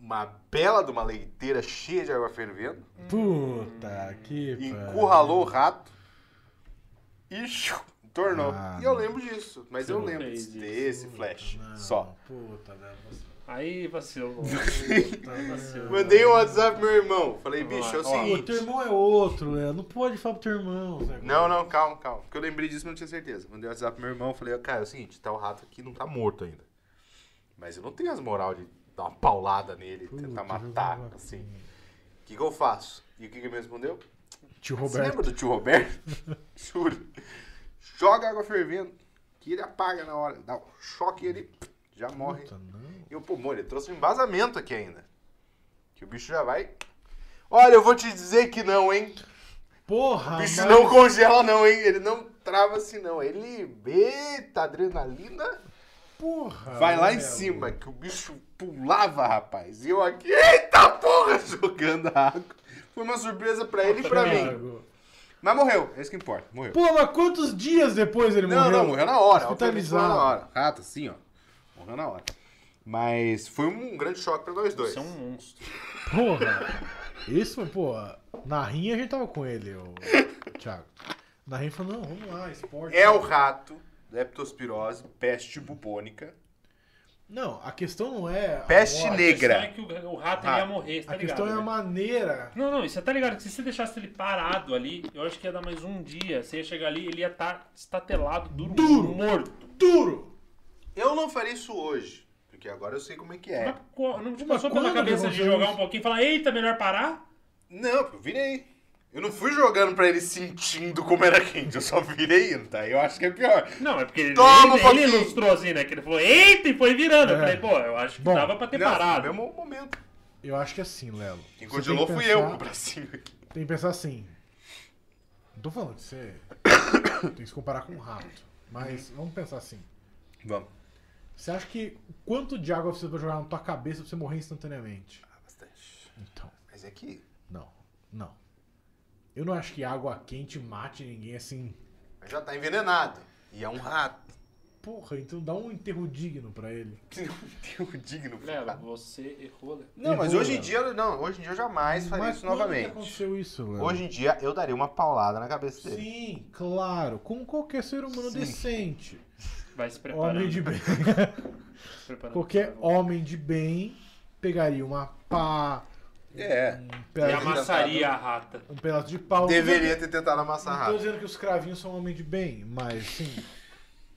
Speaker 5: Uma bela de uma leiteira cheia de água fervendo.
Speaker 1: Puta que
Speaker 5: encurralou o rato e (laughs) xiu, tornou.
Speaker 1: Ah,
Speaker 5: e eu
Speaker 1: não.
Speaker 5: lembro disso, mas
Speaker 3: Você
Speaker 5: eu
Speaker 3: não
Speaker 5: lembro
Speaker 3: fez isso.
Speaker 5: desse flash
Speaker 1: Não,
Speaker 5: só.
Speaker 1: Puta, né? Você-
Speaker 5: (laughs)
Speaker 3: Aí vacilou. vacilou.
Speaker 5: Mandei um WhatsApp pro meu irmão, falei, bicho, é o
Speaker 3: Ó, ó.
Speaker 1: O teu
Speaker 5: seguinte.
Speaker 1: irmão é outro, Léo. Não pode falar pro teu irmão. Zé.
Speaker 5: Não, não, calma, calma. Porque eu lembrei disso, mas não tinha certeza. Mandei um WhatsApp pro meu irmão, falei, cara, é o seguinte, tá o rato aqui, não tá morto ainda. Mas eu não tenho as moral de dar uma paulada nele,
Speaker 1: Puta,
Speaker 5: tentar
Speaker 1: jogou
Speaker 5: matar,
Speaker 1: uma-
Speaker 5: assim. O que, que eu faço? E o que, que ele me respondeu?
Speaker 1: Tio
Speaker 5: Você
Speaker 1: Roberto. (laughs)
Speaker 5: lembra do tio Roberto? Juro. Joga água fervendo. que ele apaga na hora. Dá um choque e ele pff, já morre.
Speaker 1: Puta, não.
Speaker 5: E o pulmão, ele trouxe um embasamento aqui ainda. Que o bicho já vai. Olha, eu vou te dizer que não, hein?
Speaker 1: Porra,
Speaker 5: O bicho
Speaker 1: mas-
Speaker 5: não congela, não, hein? Ele não trava assim, não. Ele. Eita, adrenalina.
Speaker 1: Porra.
Speaker 5: Vai lá em
Speaker 1: velho.
Speaker 5: cima, que o bicho pulava, rapaz. E eu aqui, eita porra, (laughs) jogando a água. Foi uma surpresa pra ele e pra mim.
Speaker 1: Thiago.
Speaker 5: Mas morreu, é isso que importa, morreu.
Speaker 1: Pô, mas quantos dias depois ele
Speaker 5: Não,
Speaker 1: morreu? tá
Speaker 5: não, morreu na hora. obviamente
Speaker 1: Hospitalizado.
Speaker 5: Morreu na hora. Rato, assim, ó. Morreu na hora. Mas foi um grande choque pra nós dois.
Speaker 3: Você é um monstro.
Speaker 1: Porra. Isso, pô, na rinha a gente tava com ele,
Speaker 5: (laughs)
Speaker 1: o Thiago. Na rinha falou, não, vamos lá, esporte.
Speaker 5: É o rato, leptospirose, peste bubônica.
Speaker 1: Não, a questão não é... a
Speaker 5: Peste
Speaker 1: morte.
Speaker 5: negra.
Speaker 3: A questão é que o, o rato ele ia
Speaker 5: Rato.
Speaker 3: morrer, tá
Speaker 1: A
Speaker 3: ligado?
Speaker 1: questão é a
Speaker 3: né?
Speaker 1: maneira...
Speaker 3: Não, não, isso tá ligado que se você deixasse ele parado ali, eu acho que ia dar mais um dia. Você ia chegar ali, ele ia estar estatelado, duro,
Speaker 1: Duro.
Speaker 3: morto.
Speaker 1: Duro!
Speaker 5: Eu não faria isso hoje, porque agora eu sei como é que é.
Speaker 3: Mas co- não te
Speaker 1: Mas
Speaker 3: passou pela
Speaker 1: quando
Speaker 3: cabeça de
Speaker 1: você
Speaker 3: jogar
Speaker 1: usa-
Speaker 3: um pouquinho e falar, eita, melhor parar?
Speaker 5: Não, eu virei. Eu não fui jogando pra ele sentindo como era quente, eu só virei indo, tá? Eu acho que é pior.
Speaker 3: Não, é porque ele,
Speaker 5: Toma um
Speaker 3: ele, ele
Speaker 5: pouquinho.
Speaker 3: ilustrou assim, né? Que ele falou, eita, e foi virando. Eu
Speaker 1: É.
Speaker 3: falei, pô, eu acho que
Speaker 1: Bom,
Speaker 3: dava pra ter
Speaker 5: Não,
Speaker 3: parado.
Speaker 5: No mesmo momento.
Speaker 1: Eu acho que é assim, Lelo.
Speaker 5: Quem
Speaker 1: Você
Speaker 5: congelou
Speaker 1: tem que
Speaker 5: fui eu, com
Speaker 1: pensar-
Speaker 5: o bracinho aqui.
Speaker 1: Tem que pensar assim. Não tô falando que você (coughs) tem que se comparar com um rato. Mas vamos pensar assim.
Speaker 6: Vamos.
Speaker 1: Você acha que quanto de água você vai jogar na tua cabeça pra você morrer instantaneamente?
Speaker 5: Ah, bastante.
Speaker 1: Então,
Speaker 5: Mas é que.
Speaker 1: não. Não. Eu não acho que água quente mate ninguém assim.
Speaker 5: mas já tá envenenado. E é um rato.
Speaker 1: Porra, então dá um enterro digno pra ele.
Speaker 5: Que não tem o digno.
Speaker 3: Léo,
Speaker 5: rato.
Speaker 3: você errou, Léo.
Speaker 5: Não, mas
Speaker 1: Errou,
Speaker 5: hoje em
Speaker 1: Léo.
Speaker 5: dia. eu- Não, hoje em dia eu jamais faria
Speaker 1: Mas
Speaker 5: isso
Speaker 1: quando é que
Speaker 5: novamente.
Speaker 1: aconteceu isso, Léo?
Speaker 5: Hoje em dia eu daria uma paulada na cabeça dele.
Speaker 1: Sim, claro. Como qualquer ser humano decente.
Speaker 3: Vai se preparando.
Speaker 1: Homem de bem.
Speaker 3: se preparando.
Speaker 1: Qualquer homem de bem pegaria uma pá,
Speaker 6: É.
Speaker 1: um
Speaker 3: E
Speaker 1: pedaço,
Speaker 3: amassaria a rata.
Speaker 1: um pedaço de pau.
Speaker 5: Deveria ter tentado amassar
Speaker 1: Não tô
Speaker 5: rato.
Speaker 1: dizendo que os cravinhos são homem de bem, mas sim.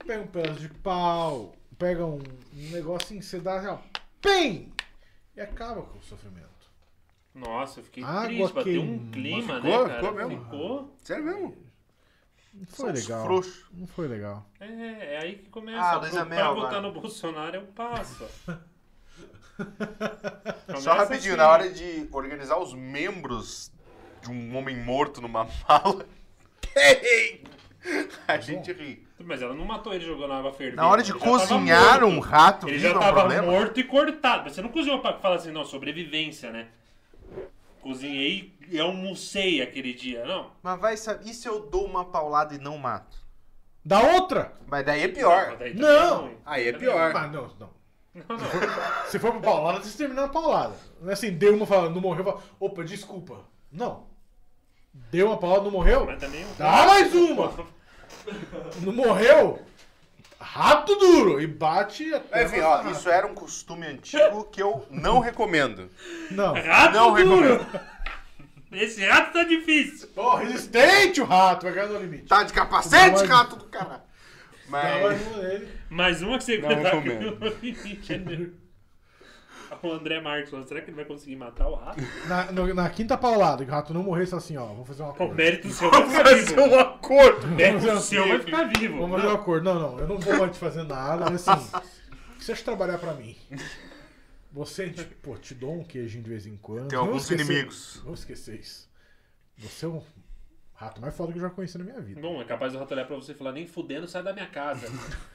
Speaker 1: Pega um pedaço de pau, pega um, um negócio assim, você dá assim, ó, PEM! E acaba com o sofrimento.
Speaker 3: Nossa, eu fiquei
Speaker 1: Água
Speaker 3: triste. Bateu um
Speaker 1: queimou.
Speaker 3: clima,
Speaker 5: Ficou?
Speaker 3: né, cara?
Speaker 5: Ficou mesmo?
Speaker 3: Ficou.
Speaker 5: Sério mesmo?
Speaker 1: Não foi
Speaker 5: São uns
Speaker 1: legal.
Speaker 5: frouxos.
Speaker 1: Não foi legal.
Speaker 3: É, é aí que começa.
Speaker 5: Ah,
Speaker 3: pra
Speaker 5: dois a
Speaker 3: pra
Speaker 5: meio agora.
Speaker 3: votar no Bolsonaro eu
Speaker 5: (laughs)
Speaker 3: passo. Então,
Speaker 5: Só rapidinho,
Speaker 3: assim.
Speaker 5: na hora de organizar os membros de um homem morto numa (laughs) mala. Ei! A gente ri.
Speaker 3: Mas ela não matou ele jogando água fervente.
Speaker 5: Na hora de
Speaker 3: ele já tava
Speaker 5: cozinhar
Speaker 3: morto.
Speaker 5: um rato,
Speaker 3: Ele
Speaker 5: vivo
Speaker 3: já
Speaker 5: é um
Speaker 3: tava
Speaker 5: problema.
Speaker 3: morto e cortado. Mas você não cozinhou pra falar assim, não, sobrevivência, né? Cozinhei e almocei aquele dia, não?
Speaker 5: Mas vai saber. E se eu dou uma paulada e não mato?
Speaker 1: Dá outra?
Speaker 5: Mas daí é
Speaker 3: Mas
Speaker 5: pior.
Speaker 3: daí
Speaker 1: Não!
Speaker 3: também é ruim.
Speaker 6: Aí é pior.
Speaker 1: Ah, não, não.
Speaker 3: Não, não.
Speaker 1: Se for pra paulada, você termina na paulada. Não é assim, deu uma paulada, não morreu, fala, opa, desculpa. Não. Deu uma paulada, não morreu?
Speaker 3: Mas também... um-
Speaker 1: Dá mais uma! Não morreu? Rato duro! E bate até.
Speaker 5: Mas enfim, ó, isso era um costume antigo que eu não recomendo.
Speaker 1: Não.
Speaker 3: um Rato
Speaker 5: Não
Speaker 3: duro!
Speaker 5: recomendo.
Speaker 3: Esse rato tá difícil.
Speaker 1: Pô, resistente o rato, vai ganhar no limite.
Speaker 5: Tá de capacete,
Speaker 1: Não,
Speaker 5: rato do caralho.
Speaker 1: Dá
Speaker 5: Mas.
Speaker 1: mais um nele.
Speaker 3: Mais uma que você
Speaker 5: Não
Speaker 3: cantar
Speaker 5: recomendo.
Speaker 3: (laughs) O André Marques, falou, será que ele vai conseguir matar o rato?
Speaker 1: Na, no- na quinta paulada, que o rato não morresse assim, ó. Vamos fazer uma
Speaker 3: O
Speaker 1: cor.
Speaker 3: mérito seu vai ficar
Speaker 5: Fazer
Speaker 3: vivo.
Speaker 5: um acordo.
Speaker 3: O mérito seu vai ficar vivo.
Speaker 1: um Vamos fazer uma cor. Não, não, eu não vou mais te fazer nada, mas assim. o que Você acha de trabalhar pra mim? Você, tipo, pô, te dou um queijinho de vez em quando.
Speaker 5: Tem
Speaker 1: Não
Speaker 5: alguns
Speaker 1: esquecer-
Speaker 5: inimigos.
Speaker 1: Não esquecer isso. Você é um rato mais foda que eu já conheci na minha vida.
Speaker 3: Bom, é capaz do rato olhar pra você e falar, nem fudendo, sai da minha casa.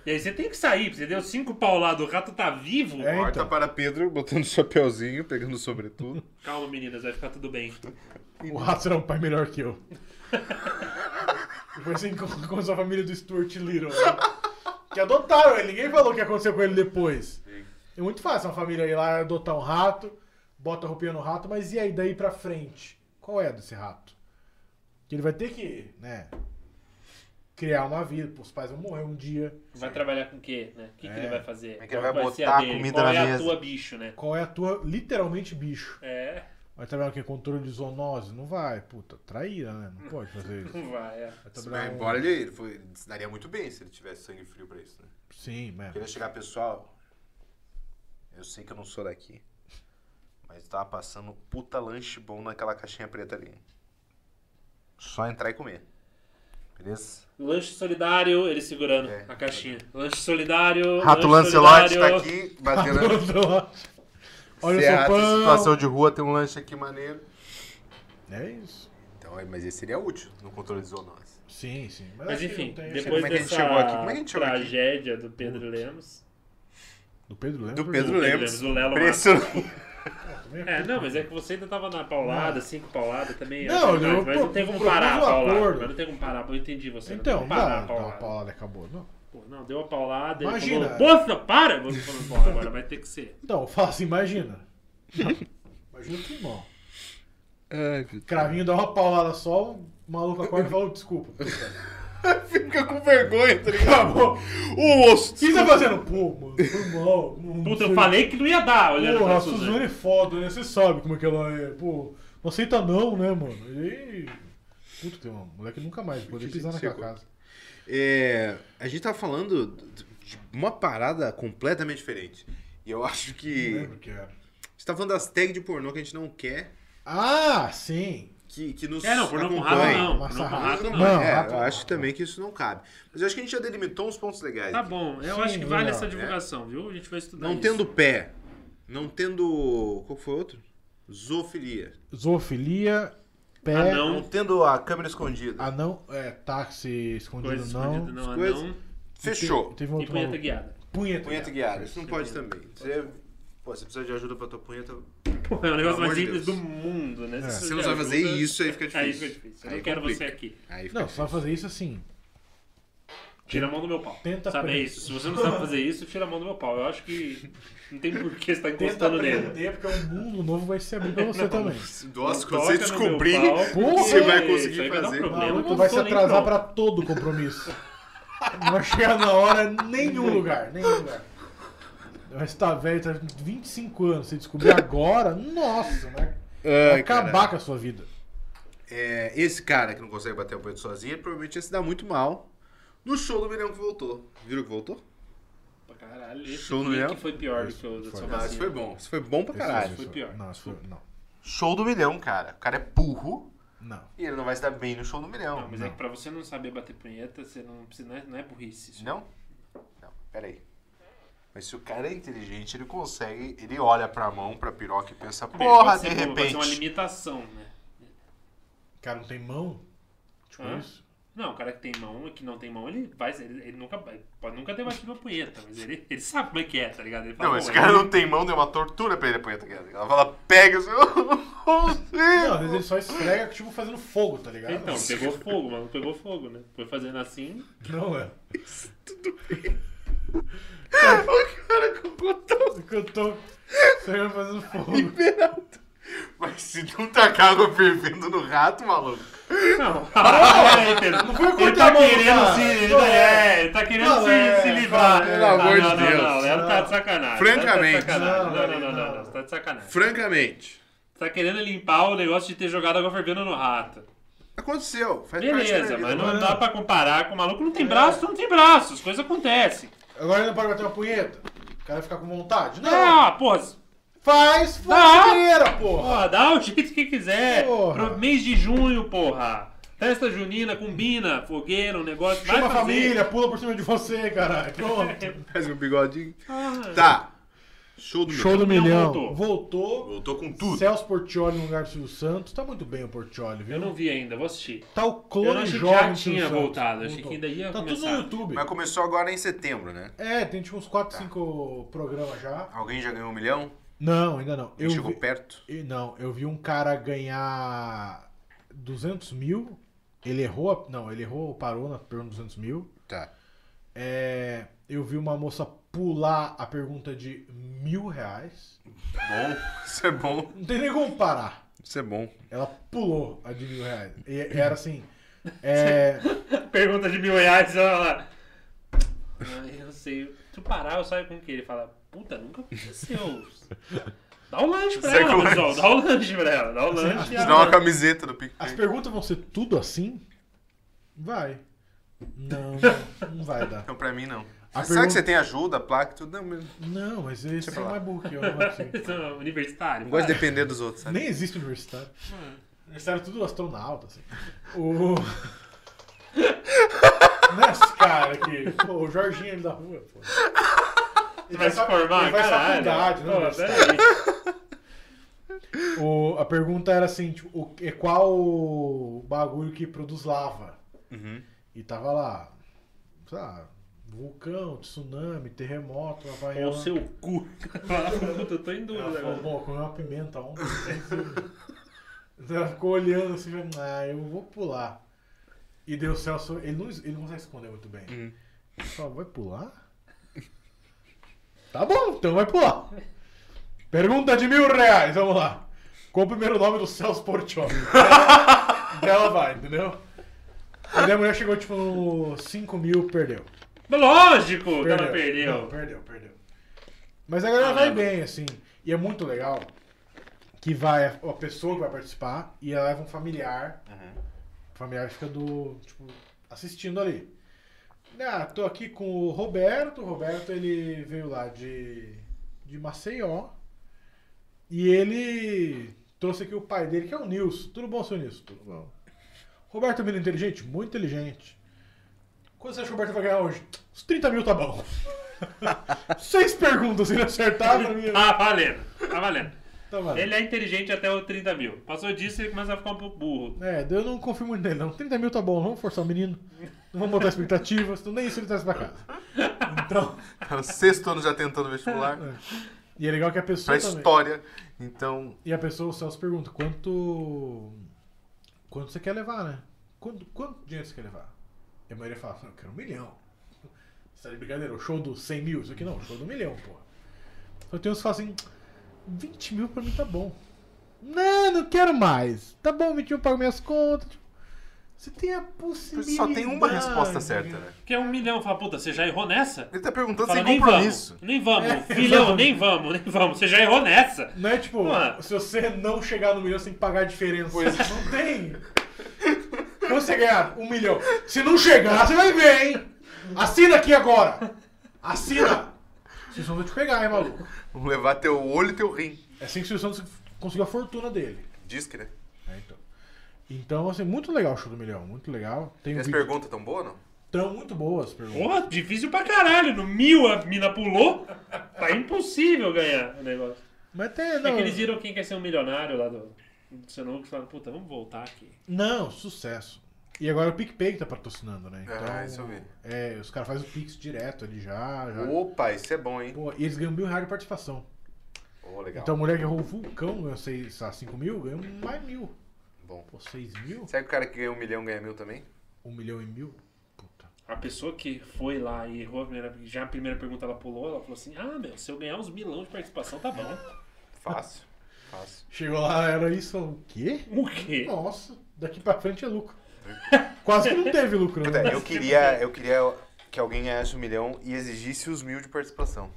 Speaker 3: e aí você tem que sair, você deu cinco pauladas, o rato tá vivo.
Speaker 1: É,
Speaker 6: Corta
Speaker 1: então.
Speaker 6: para Pedro, botando o chapeuzinho, pegando o sobretudo.
Speaker 3: Calma, meninas, vai ficar tudo bem.
Speaker 1: O rato era um pai melhor que eu. (laughs) Foi assim que começou a família do Stuart Little. né? Que adotaram ele, ninguém falou o que aconteceu com ele depois. É muito fácil uma família ir lá adotar um rato, bota a roupinha no rato, mas e aí daí pra frente? Qual é desse rato? Que ele vai ter que, né, criar uma vida, pô, os pais vão morrer um dia.
Speaker 3: Vai trabalhar com o quê, né? O que, que ele vai fazer?
Speaker 5: Como é que ele
Speaker 3: Qual
Speaker 5: vai
Speaker 3: ser
Speaker 5: botar a
Speaker 3: dele?
Speaker 5: comida
Speaker 3: Qual
Speaker 5: na
Speaker 3: é a
Speaker 5: mesa?
Speaker 3: tua bicho, né?
Speaker 1: Qual é a tua, literalmente, bicho?
Speaker 3: É,
Speaker 1: Vai trabalhar com o quê? Controle de zoonose? Não vai, puta, traíra, né? Não pode fazer isso.
Speaker 3: não vai, é.
Speaker 1: Vai
Speaker 5: Se
Speaker 1: trabalhar
Speaker 5: vai
Speaker 1: um-
Speaker 5: embora, ele, ele foi- ele se daria muito bem se ele tivesse sangue frio pra isso, né?
Speaker 1: Sim, mano.
Speaker 5: Queria chegar, pessoal. Eu sei que eu não sou daqui. Mas tava passando um puta lanche bom naquela caixinha preta ali. Só entrar e comer. Beleza?
Speaker 3: Lanche solidário, ele segurando a caixinha. Lanche solidário.
Speaker 5: É. Rato
Speaker 3: lanche
Speaker 5: Lancelote tá
Speaker 3: solidário.
Speaker 1: (laughs)
Speaker 5: aqui, batendo.
Speaker 1: Olha
Speaker 5: Se
Speaker 1: o
Speaker 5: é
Speaker 1: seu
Speaker 5: rato em
Speaker 1: pão.
Speaker 5: situação de rua, tem um lanche aqui maneiro.
Speaker 1: É isso.
Speaker 5: Então, é, mas esse seria útil no controle de zoonose.
Speaker 1: Sim, sim.
Speaker 3: Mas
Speaker 1: acho que
Speaker 3: enfim,
Speaker 1: não tem-
Speaker 3: depois
Speaker 5: Como é que a gente
Speaker 3: dessa
Speaker 5: chegou aqui? Como é que a gente chegou aqui?
Speaker 3: tragédia do Pedro Lemos.
Speaker 1: Do Pedro né? Lemos.
Speaker 5: Do Pedro
Speaker 3: Pedro
Speaker 5: Lemos.
Speaker 3: Lemos, o Lelo
Speaker 5: Preço.
Speaker 1: (laughs)
Speaker 3: É, não, mas é que você ainda tava na paulada, cinco pauladas também.
Speaker 1: Ah. Não,
Speaker 3: é verdade,
Speaker 1: eu
Speaker 3: mas
Speaker 1: pro-
Speaker 3: não tem como
Speaker 1: propus
Speaker 3: parar a
Speaker 1: um
Speaker 3: paulada.
Speaker 1: acordo.
Speaker 3: Mas não tem como parar, eu entendi você.
Speaker 1: Então,
Speaker 3: não tem como parar
Speaker 1: dá, dá
Speaker 3: a
Speaker 1: uma
Speaker 3: paulada.
Speaker 1: paulada, acabou. Não.
Speaker 3: Pô, não, deu a paulada, ele
Speaker 1: Imagina.
Speaker 3: falou, "Pô, não, para! Você falou, "Pô, agora vai ter que ser.
Speaker 1: Então, fala assim, imagina. (laughs) imagina que bom.
Speaker 6: (laughs)
Speaker 1: Cravinho dá uma paulada só, o maluco acorda e fala, "Oh, desculpa.
Speaker 5: Fica com vergonha, tá ligado? O osso.
Speaker 1: O que você tá fazendo? Pô, mano, foi mal. Não
Speaker 3: Puta,
Speaker 1: sei.
Speaker 3: eu falei que não ia dar, olhando
Speaker 1: Pô,
Speaker 3: pra
Speaker 1: a
Speaker 3: Suzane.
Speaker 1: Suzane é foda, né? Você sabe como é que ela é. Pô, não aceita não, né, mano? E aí... Puta, tem uma moleque nunca mais vai poder
Speaker 6: Que
Speaker 1: pisar
Speaker 6: gente
Speaker 1: naquela
Speaker 6: secou.
Speaker 1: casa.
Speaker 6: É, a gente tá falando de uma parada completamente diferente. E eu acho que.
Speaker 1: Não lembro que
Speaker 6: A
Speaker 1: era.
Speaker 6: gente tá falando das tags de pornô que a gente não quer
Speaker 1: Ah, sim.
Speaker 6: que, que nos.
Speaker 3: É, não, pornô com
Speaker 6: acompanhem.
Speaker 3: rato não.
Speaker 1: Massa
Speaker 3: Pornô com
Speaker 1: rato.
Speaker 3: rato
Speaker 6: Não,
Speaker 3: não.
Speaker 1: Não,
Speaker 6: é,
Speaker 1: rato
Speaker 6: eu
Speaker 1: não.
Speaker 6: acho também que isso não cabe. Mas eu acho que a gente já delimitou uns pontos legais.
Speaker 3: Tá
Speaker 6: aqui.
Speaker 3: bom, eu
Speaker 1: Sim, né?
Speaker 3: acho que vale
Speaker 1: legal.
Speaker 3: essa divulgação, viu? A gente vai estudar
Speaker 6: Não
Speaker 3: isso.
Speaker 6: tendo pé, não tendo. Qual foi outro? Zoofilia.
Speaker 1: Zoofilia, pé, anão,
Speaker 3: Anão,
Speaker 5: Não tendo a câmera escondida.
Speaker 1: é, táxi escondido
Speaker 3: coisa
Speaker 1: não.
Speaker 3: escondida não,
Speaker 6: coisas-
Speaker 3: anão
Speaker 5: Fechou.
Speaker 1: Teve um
Speaker 3: e
Speaker 1: outro
Speaker 3: punheta
Speaker 1: maluco.
Speaker 3: guiada.
Speaker 1: Punheta,
Speaker 5: Punheta guiada.
Speaker 6: Isso não pode também. Você,
Speaker 5: é-
Speaker 6: pô, você precisa de ajuda pra tua punheta.
Speaker 3: Pô, é o negócio
Speaker 6: Pelo amor
Speaker 3: mais
Speaker 6: de
Speaker 3: simples
Speaker 6: Deus.
Speaker 3: do mundo, né?
Speaker 1: É.
Speaker 6: Se você não sabe fazer isso, aí fica difícil.
Speaker 3: Aí fica é difícil. Eu
Speaker 6: Aí
Speaker 3: não quero
Speaker 6: complica.
Speaker 3: você aqui.
Speaker 6: Aí fica
Speaker 1: Não, você vai fazer isso assim.
Speaker 3: Tira a mão do meu pau.
Speaker 1: Tenta
Speaker 3: sabe é
Speaker 1: aprender.
Speaker 3: isso? Se você não sabe fazer isso, tira a mão do meu pau. Eu acho que não tem porquê você tá encostando nele.
Speaker 1: porque um mundo novo vai se abrir pra você também.
Speaker 6: Nossa,
Speaker 3: Não
Speaker 6: quando você
Speaker 3: toca no
Speaker 6: descobrir,
Speaker 3: meu pau,
Speaker 6: você vai
Speaker 3: porque isso aí
Speaker 6: conseguir
Speaker 3: vai dar
Speaker 6: fazer.
Speaker 1: O
Speaker 3: problema. Eu
Speaker 1: maluco
Speaker 3: não
Speaker 1: vai se
Speaker 3: sou nem
Speaker 1: atrasar
Speaker 3: pronto.
Speaker 1: pra todo compromisso. Não vai chegar na hora em nenhum lugar, nenhum lugar. Vai estar velho, tá com 25 anos, você descobrir agora, nossa, vai, vai
Speaker 6: Ai,
Speaker 1: acabar
Speaker 6: caralho.
Speaker 1: com a sua vida.
Speaker 6: É, esse cara que não consegue bater o punheta sozinho, ele provavelmente ia se dar muito mal no show do Milhão que voltou. Viram que voltou?
Speaker 3: Pra Caralho, esse
Speaker 6: Show do
Speaker 3: link
Speaker 6: Leão?
Speaker 3: foi pior do que o da sua
Speaker 6: Ah, isso
Speaker 3: vacina.
Speaker 6: foi bom. Isso foi bom pra caralho.
Speaker 3: foi pior.
Speaker 1: Não, isso foi- não.
Speaker 5: Show do milhão, cara. O cara é burro
Speaker 1: Não.
Speaker 5: e ele não vai se dar bem no show do milhão.
Speaker 3: Não, mas é que pra você não saber bater punheta, você não precisa. Não é, não é burrice. Isso.
Speaker 5: Não? Não, peraí. Mas se o cara é inteligente, ele consegue, ele olha pra mão, pra piroca e pensa,
Speaker 3: Bem,
Speaker 5: porra,
Speaker 3: pode
Speaker 5: de
Speaker 3: ser boa, Pode ser uma
Speaker 5: repente.
Speaker 3: limitação, né?
Speaker 1: O cara não tem mão? Tipo
Speaker 3: Hã?
Speaker 1: isso?
Speaker 3: Não, o cara que tem mão e que não tem mão, ele vai. Ele, ele nunca, vai- pode nunca ter batido uma punheta, mas ele, ele sabe como é que é, tá ligado? Ele
Speaker 5: Não,
Speaker 3: "Bom,
Speaker 5: esse
Speaker 3: eu
Speaker 5: cara não tem mão, deu uma tortura pra ele a punheta guiada. Ela fala, pega (laughs) o seu.
Speaker 1: Não, às vezes ele só esfrega, tipo, fazendo fogo, tá ligado?
Speaker 3: Então, pegou fogo, mas não pegou fogo, né? Foi fazendo assim.
Speaker 1: Não, é.
Speaker 5: o cara com botão
Speaker 1: Porque eu tô esfregando fazendo fogo.
Speaker 5: liberado. Mas se não tacar água fervendo no rato, maluco.
Speaker 3: (laughs) Não, é, entendeu?
Speaker 1: Não foi eu
Speaker 3: ele
Speaker 1: cortar a
Speaker 3: tá
Speaker 1: mão,
Speaker 3: querendo
Speaker 1: cara.
Speaker 3: se. Ele,
Speaker 1: Não,
Speaker 3: é, ele tá querendo
Speaker 1: Não,
Speaker 3: se,
Speaker 1: é,
Speaker 3: se livrar.
Speaker 1: pelo
Speaker 3: Ah,
Speaker 6: amor de
Speaker 3: não,
Speaker 6: Deus.
Speaker 3: Não, não, Léo tá de sacanagem.
Speaker 6: Francamente.
Speaker 3: Léo Tá de
Speaker 1: Não,
Speaker 3: sacanagem. Não, não, não, não, não. Você tá de sacanagem.
Speaker 6: Francamente,
Speaker 3: Tá querendo limpar o negócio de ter jogado água fervendo no rato.
Speaker 1: É
Speaker 6: aconteceu. Faz parte da
Speaker 3: Beleza,
Speaker 6: minha
Speaker 3: mas
Speaker 6: vida.
Speaker 3: não dá pra comparar com o maluco.
Speaker 1: É.
Speaker 3: Não tem braço, não tem braço. As coisas acontecem.
Speaker 1: Agora ele não pode bater uma punheta? O cara fica com vontade? Não!
Speaker 3: Ah, porra.
Speaker 1: Faz
Speaker 3: Dá.
Speaker 1: fogueira, porra!
Speaker 3: Porra, dá o jeito que quiser.
Speaker 1: Porra.
Speaker 3: Pro mês de junho, porra. Festa junina, combina, fogueira, um negócio.
Speaker 1: Chama a
Speaker 3: vai fazer.
Speaker 1: família, pula por cima de você, caralho.
Speaker 3: (laughs)
Speaker 1: Pronto.
Speaker 6: Faz um bigodinho.
Speaker 3: é- Ah.
Speaker 6: Tá. Show do
Speaker 1: Show
Speaker 6: milhão.
Speaker 1: do milhão.
Speaker 3: milhão.
Speaker 1: Voltou.
Speaker 6: Voltou com tudo.
Speaker 1: Celso Portioli no lugar do Silvio Santos. Tá muito bem o Portioli, viu?
Speaker 3: Eu não vi ainda, vou assistir.
Speaker 1: Tá o
Speaker 3: Eu não
Speaker 1: clone
Speaker 3: achei que
Speaker 1: jovem
Speaker 3: já
Speaker 1: do Silvio
Speaker 3: tinha
Speaker 1: Santos.
Speaker 3: voltado, achei
Speaker 1: Voltou.
Speaker 3: que ainda ia
Speaker 1: Tá tudo
Speaker 3: começar.
Speaker 1: no YouTube.
Speaker 6: Mas começou agora em setembro, né?
Speaker 1: É, tem tipo uns 4,
Speaker 6: Tá.
Speaker 1: 5 programas já.
Speaker 6: Alguém já ganhou um milhão?
Speaker 1: Não, ainda não. Eu
Speaker 6: Ele chegou
Speaker 1: vi...
Speaker 6: perto?
Speaker 1: E Não, eu vi um cara ganhar 200 mil. Ele errou, a- não, ele errou, parou na pergunta 200 mil.
Speaker 6: Tá.
Speaker 1: É, eu vi uma moça pular a pergunta de mil reais.
Speaker 5: (laughs)
Speaker 6: Bom. Isso é bom.
Speaker 1: Não tem nem como parar.
Speaker 6: Isso é bom.
Speaker 1: Ela pulou a de mil reais. E e era assim. é,
Speaker 3: (laughs) Pergunta de mil reais, olha lá. Ah, eu não sei. Se eu parar, eu saio com o que? Ele fala, puta, nunca aconteceu. Dá o lanche pra
Speaker 5: Sai com
Speaker 3: ela,
Speaker 5: lanche.
Speaker 3: pessoal. Dá o lanche pra ela. Dá o lanche. e
Speaker 5: Dá
Speaker 3: ela-
Speaker 5: uma camiseta do pique.
Speaker 1: as perguntas vão ser tudo assim? Vai. Não, não vai dar.
Speaker 5: Então, pra mim, não.
Speaker 1: A
Speaker 5: Sabe
Speaker 1: pergunta-
Speaker 5: que você tem ajuda, placa e tudo? Não, mas
Speaker 1: Não, mas esse é
Speaker 5: eu falar.
Speaker 1: mais burro que eu, não vou assim. conseguir.
Speaker 3: Isso, Universitário.
Speaker 6: Não gosto de
Speaker 3: vai.
Speaker 6: depender dos outros,
Speaker 3: Tá
Speaker 6: sabe?
Speaker 1: Nem existe
Speaker 3: Hum. (laughs)
Speaker 1: universitário. Universitário é tudo astronauta, assim. O... o Jorginho ali da rua, pô. Ele
Speaker 3: vai se
Speaker 1: pra-
Speaker 3: formar,
Speaker 1: ele vai pra
Speaker 3: caralho.
Speaker 1: faculdade, não,
Speaker 3: Pô,
Speaker 1: bicho, tá.
Speaker 3: peraí.
Speaker 1: O- a pergunta era assim, tipo, o, é qual o bagulho que produz lava?
Speaker 5: Uhum.
Speaker 1: E tava lá, sei lá, vulcão, tsunami, terremoto,
Speaker 3: É o
Speaker 1: havaiano.
Speaker 3: seu cu. (laughs) Puta, eu tô em dúvida
Speaker 1: Ela falou,
Speaker 3: agora.
Speaker 1: bom, comeu uma pimenta ontem. Então, Ela ficou olhando assim, falando, ah, eu vou pular. E deu o Celso, ele não, ele não consegue esconder muito bem. Ele falou, vai pular? tá bom, então vai pular. Pergunta de mil reais, vamos lá. Qual o primeiro nome do Celso Portioli? (laughs) Dela vai, entendeu? E daí a mulher chegou tipo no 5 mil, perdeu.
Speaker 3: Mas Lógico que ela perdeu. Ah,
Speaker 1: Não, perdeu, perdeu. Mas a galera vai bem, assim. E é muito legal que vai a a pessoa que vai participar e ela leva um familiar. O familiar fica do. Tipo, assistindo ali. Ah, tô aqui com o Roberto. O Roberto ele veio lá de. de Maceió. E ele trouxe aqui o pai dele, que é o Nilson. Tudo bom, seu Nilson? Tudo bom. Roberto é um menino inteligente? Muito inteligente. Quanto você acha que o Roberto vai ganhar hoje? Uns 30 mil tá bom. Seis perguntas, se ele acertar, pra mim.
Speaker 3: Tá valendo, tá valendo.
Speaker 1: Tá valendo.
Speaker 3: Ele é inteligente até o 30 mil. Passou disso, ele começa a ficar um pouco burro.
Speaker 1: É, eu não confio muito nele, não. 30 mil tá bom, vamos forçar o menino. Não vamos botar expectativas, então nem isso ele traz pra casa. Então.
Speaker 5: Tá no sexto ano já tentando vestibular.
Speaker 1: é. E é legal que a
Speaker 5: pra
Speaker 1: pessoa. Também,
Speaker 5: história. Então,
Speaker 1: e a pessoa, o Celso pergunta: quanto. Quanto você quer levar, né? Quanto, quanto dinheiro você quer levar? E a maioria fala: "Não, eu quero um milhão. Você tá de brincadeira? O show do 100 mil? Isso aqui não, o show do milhão, porra. Só tem uns que fazem 20 mil pra mim tá bom. Não, não quero mais. Tá bom, 20 mil eu pago minhas contas. Tipo, Você tem a possibilidade.
Speaker 5: só tem uma resposta certa, né?
Speaker 3: Porque é um milhão. Fala, puta, você já errou nessa?
Speaker 5: Ele tá perguntando
Speaker 3: Fala,
Speaker 5: sem
Speaker 3: nem
Speaker 5: compromisso.
Speaker 3: vamos, nem vamos. Filhão, nem vamos, nem vamos. Você já errou nessa?
Speaker 1: Não é tipo,
Speaker 3: Mano.
Speaker 1: se você não chegar no milhão, você tem que pagar a diferença.
Speaker 5: é.
Speaker 1: Não tem. Quando você ganhar um milhão, se não chegar, você vai ver, hein? Assina aqui agora. Assina. Vocês vão te pegar, hein, maluco?
Speaker 5: Vamos levar teu olho e teu rim.
Speaker 1: É assim que o Silvio Santos conseguiu a fortuna dele.
Speaker 5: Diz que, né?
Speaker 1: né, então. Então, assim, muito legal o show do milhão. Muito legal. Tem
Speaker 5: E
Speaker 1: um
Speaker 5: as
Speaker 1: vídeo
Speaker 5: perguntas tão boas, não? Ah,
Speaker 1: tão muito boas as perguntas.
Speaker 3: Porra, difícil pra caralho. No mil a mina pulou. Tá impossível ganhar o negócio.
Speaker 1: Mas tem,
Speaker 3: É
Speaker 1: não,
Speaker 3: que eles viram quem quer ser um milionário lá do, do Senhor, que falaram, puta, vamos voltar aqui.
Speaker 1: não, sucesso. E agora o PicPay que tá patrocinando, né? Então,
Speaker 5: Ah, isso eu vi.
Speaker 1: é, os caras fazem o Pix direto ali já. já.
Speaker 5: Opa, isso é bom, hein?
Speaker 1: Pô, e eles ganham mil reais de participação.
Speaker 5: Ô, legal.
Speaker 1: Então a mulher que errou o vulcão, ganhou 6 a 5 mil, ganhou mais mil.
Speaker 5: Bom.
Speaker 1: Pô, 6 mil?
Speaker 5: Será que o cara que ganha um milhão ganha mil também?
Speaker 1: 1 milhão e mil? Puta.
Speaker 3: A pessoa que foi lá e errou a primeira, já a primeira pergunta ela pulou, ela falou assim: "Ah, meu, se eu ganhar uns milão de participação, tá bom".
Speaker 5: Fácil. Fácil.
Speaker 1: Chegou lá, era isso, o quê?
Speaker 3: O quê?
Speaker 1: Nossa, daqui pra frente é lucro. (laughs) Quase que não teve lucro,
Speaker 5: Puta,
Speaker 1: né?
Speaker 5: Eu queria, eu queria que alguém ganhasse um milhão e exigisse os mil de participação.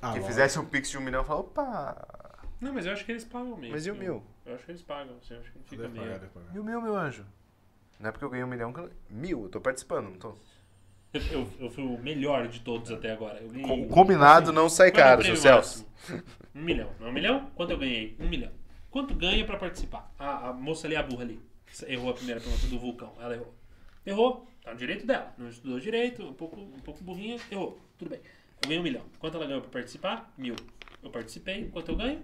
Speaker 1: Ah,
Speaker 5: que
Speaker 1: lá.
Speaker 5: fizesse um pix de um milhão e falasse, opa,
Speaker 3: Não, mas eu acho que eles pagam mesmo.
Speaker 5: mas e o mil?
Speaker 3: Eu acho que eles pagam, assim, eu acho que não fica
Speaker 1: Deve
Speaker 3: meio.
Speaker 1: pagar, deve pagar.
Speaker 5: E o mil, meu anjo? Não é porque eu ganhei um milhão que eu... Mil, eu tô participando, não tô.
Speaker 3: Eu, eu fui o melhor de todos até agora. Eu ganhei-
Speaker 5: O combinado não sai
Speaker 3: Quanto é o
Speaker 5: caro, seu
Speaker 3: prêmio
Speaker 5: Celso.
Speaker 3: máximo? Um milhão. Não, um milhão? Quanto eu ganhei? Um milhão. Quanto ganha pra participar? A, a moça ali, é a burra ali, errou a primeira pergunta do vulcão. Ela errou. Errou. Tá no direito dela. Não estudou direito, um pouco, um pouco burrinha. Errou. Tudo bem. Eu ganhei um milhão. Quanto ela ganhou pra participar? Mil. Eu participei. Quanto eu ganho?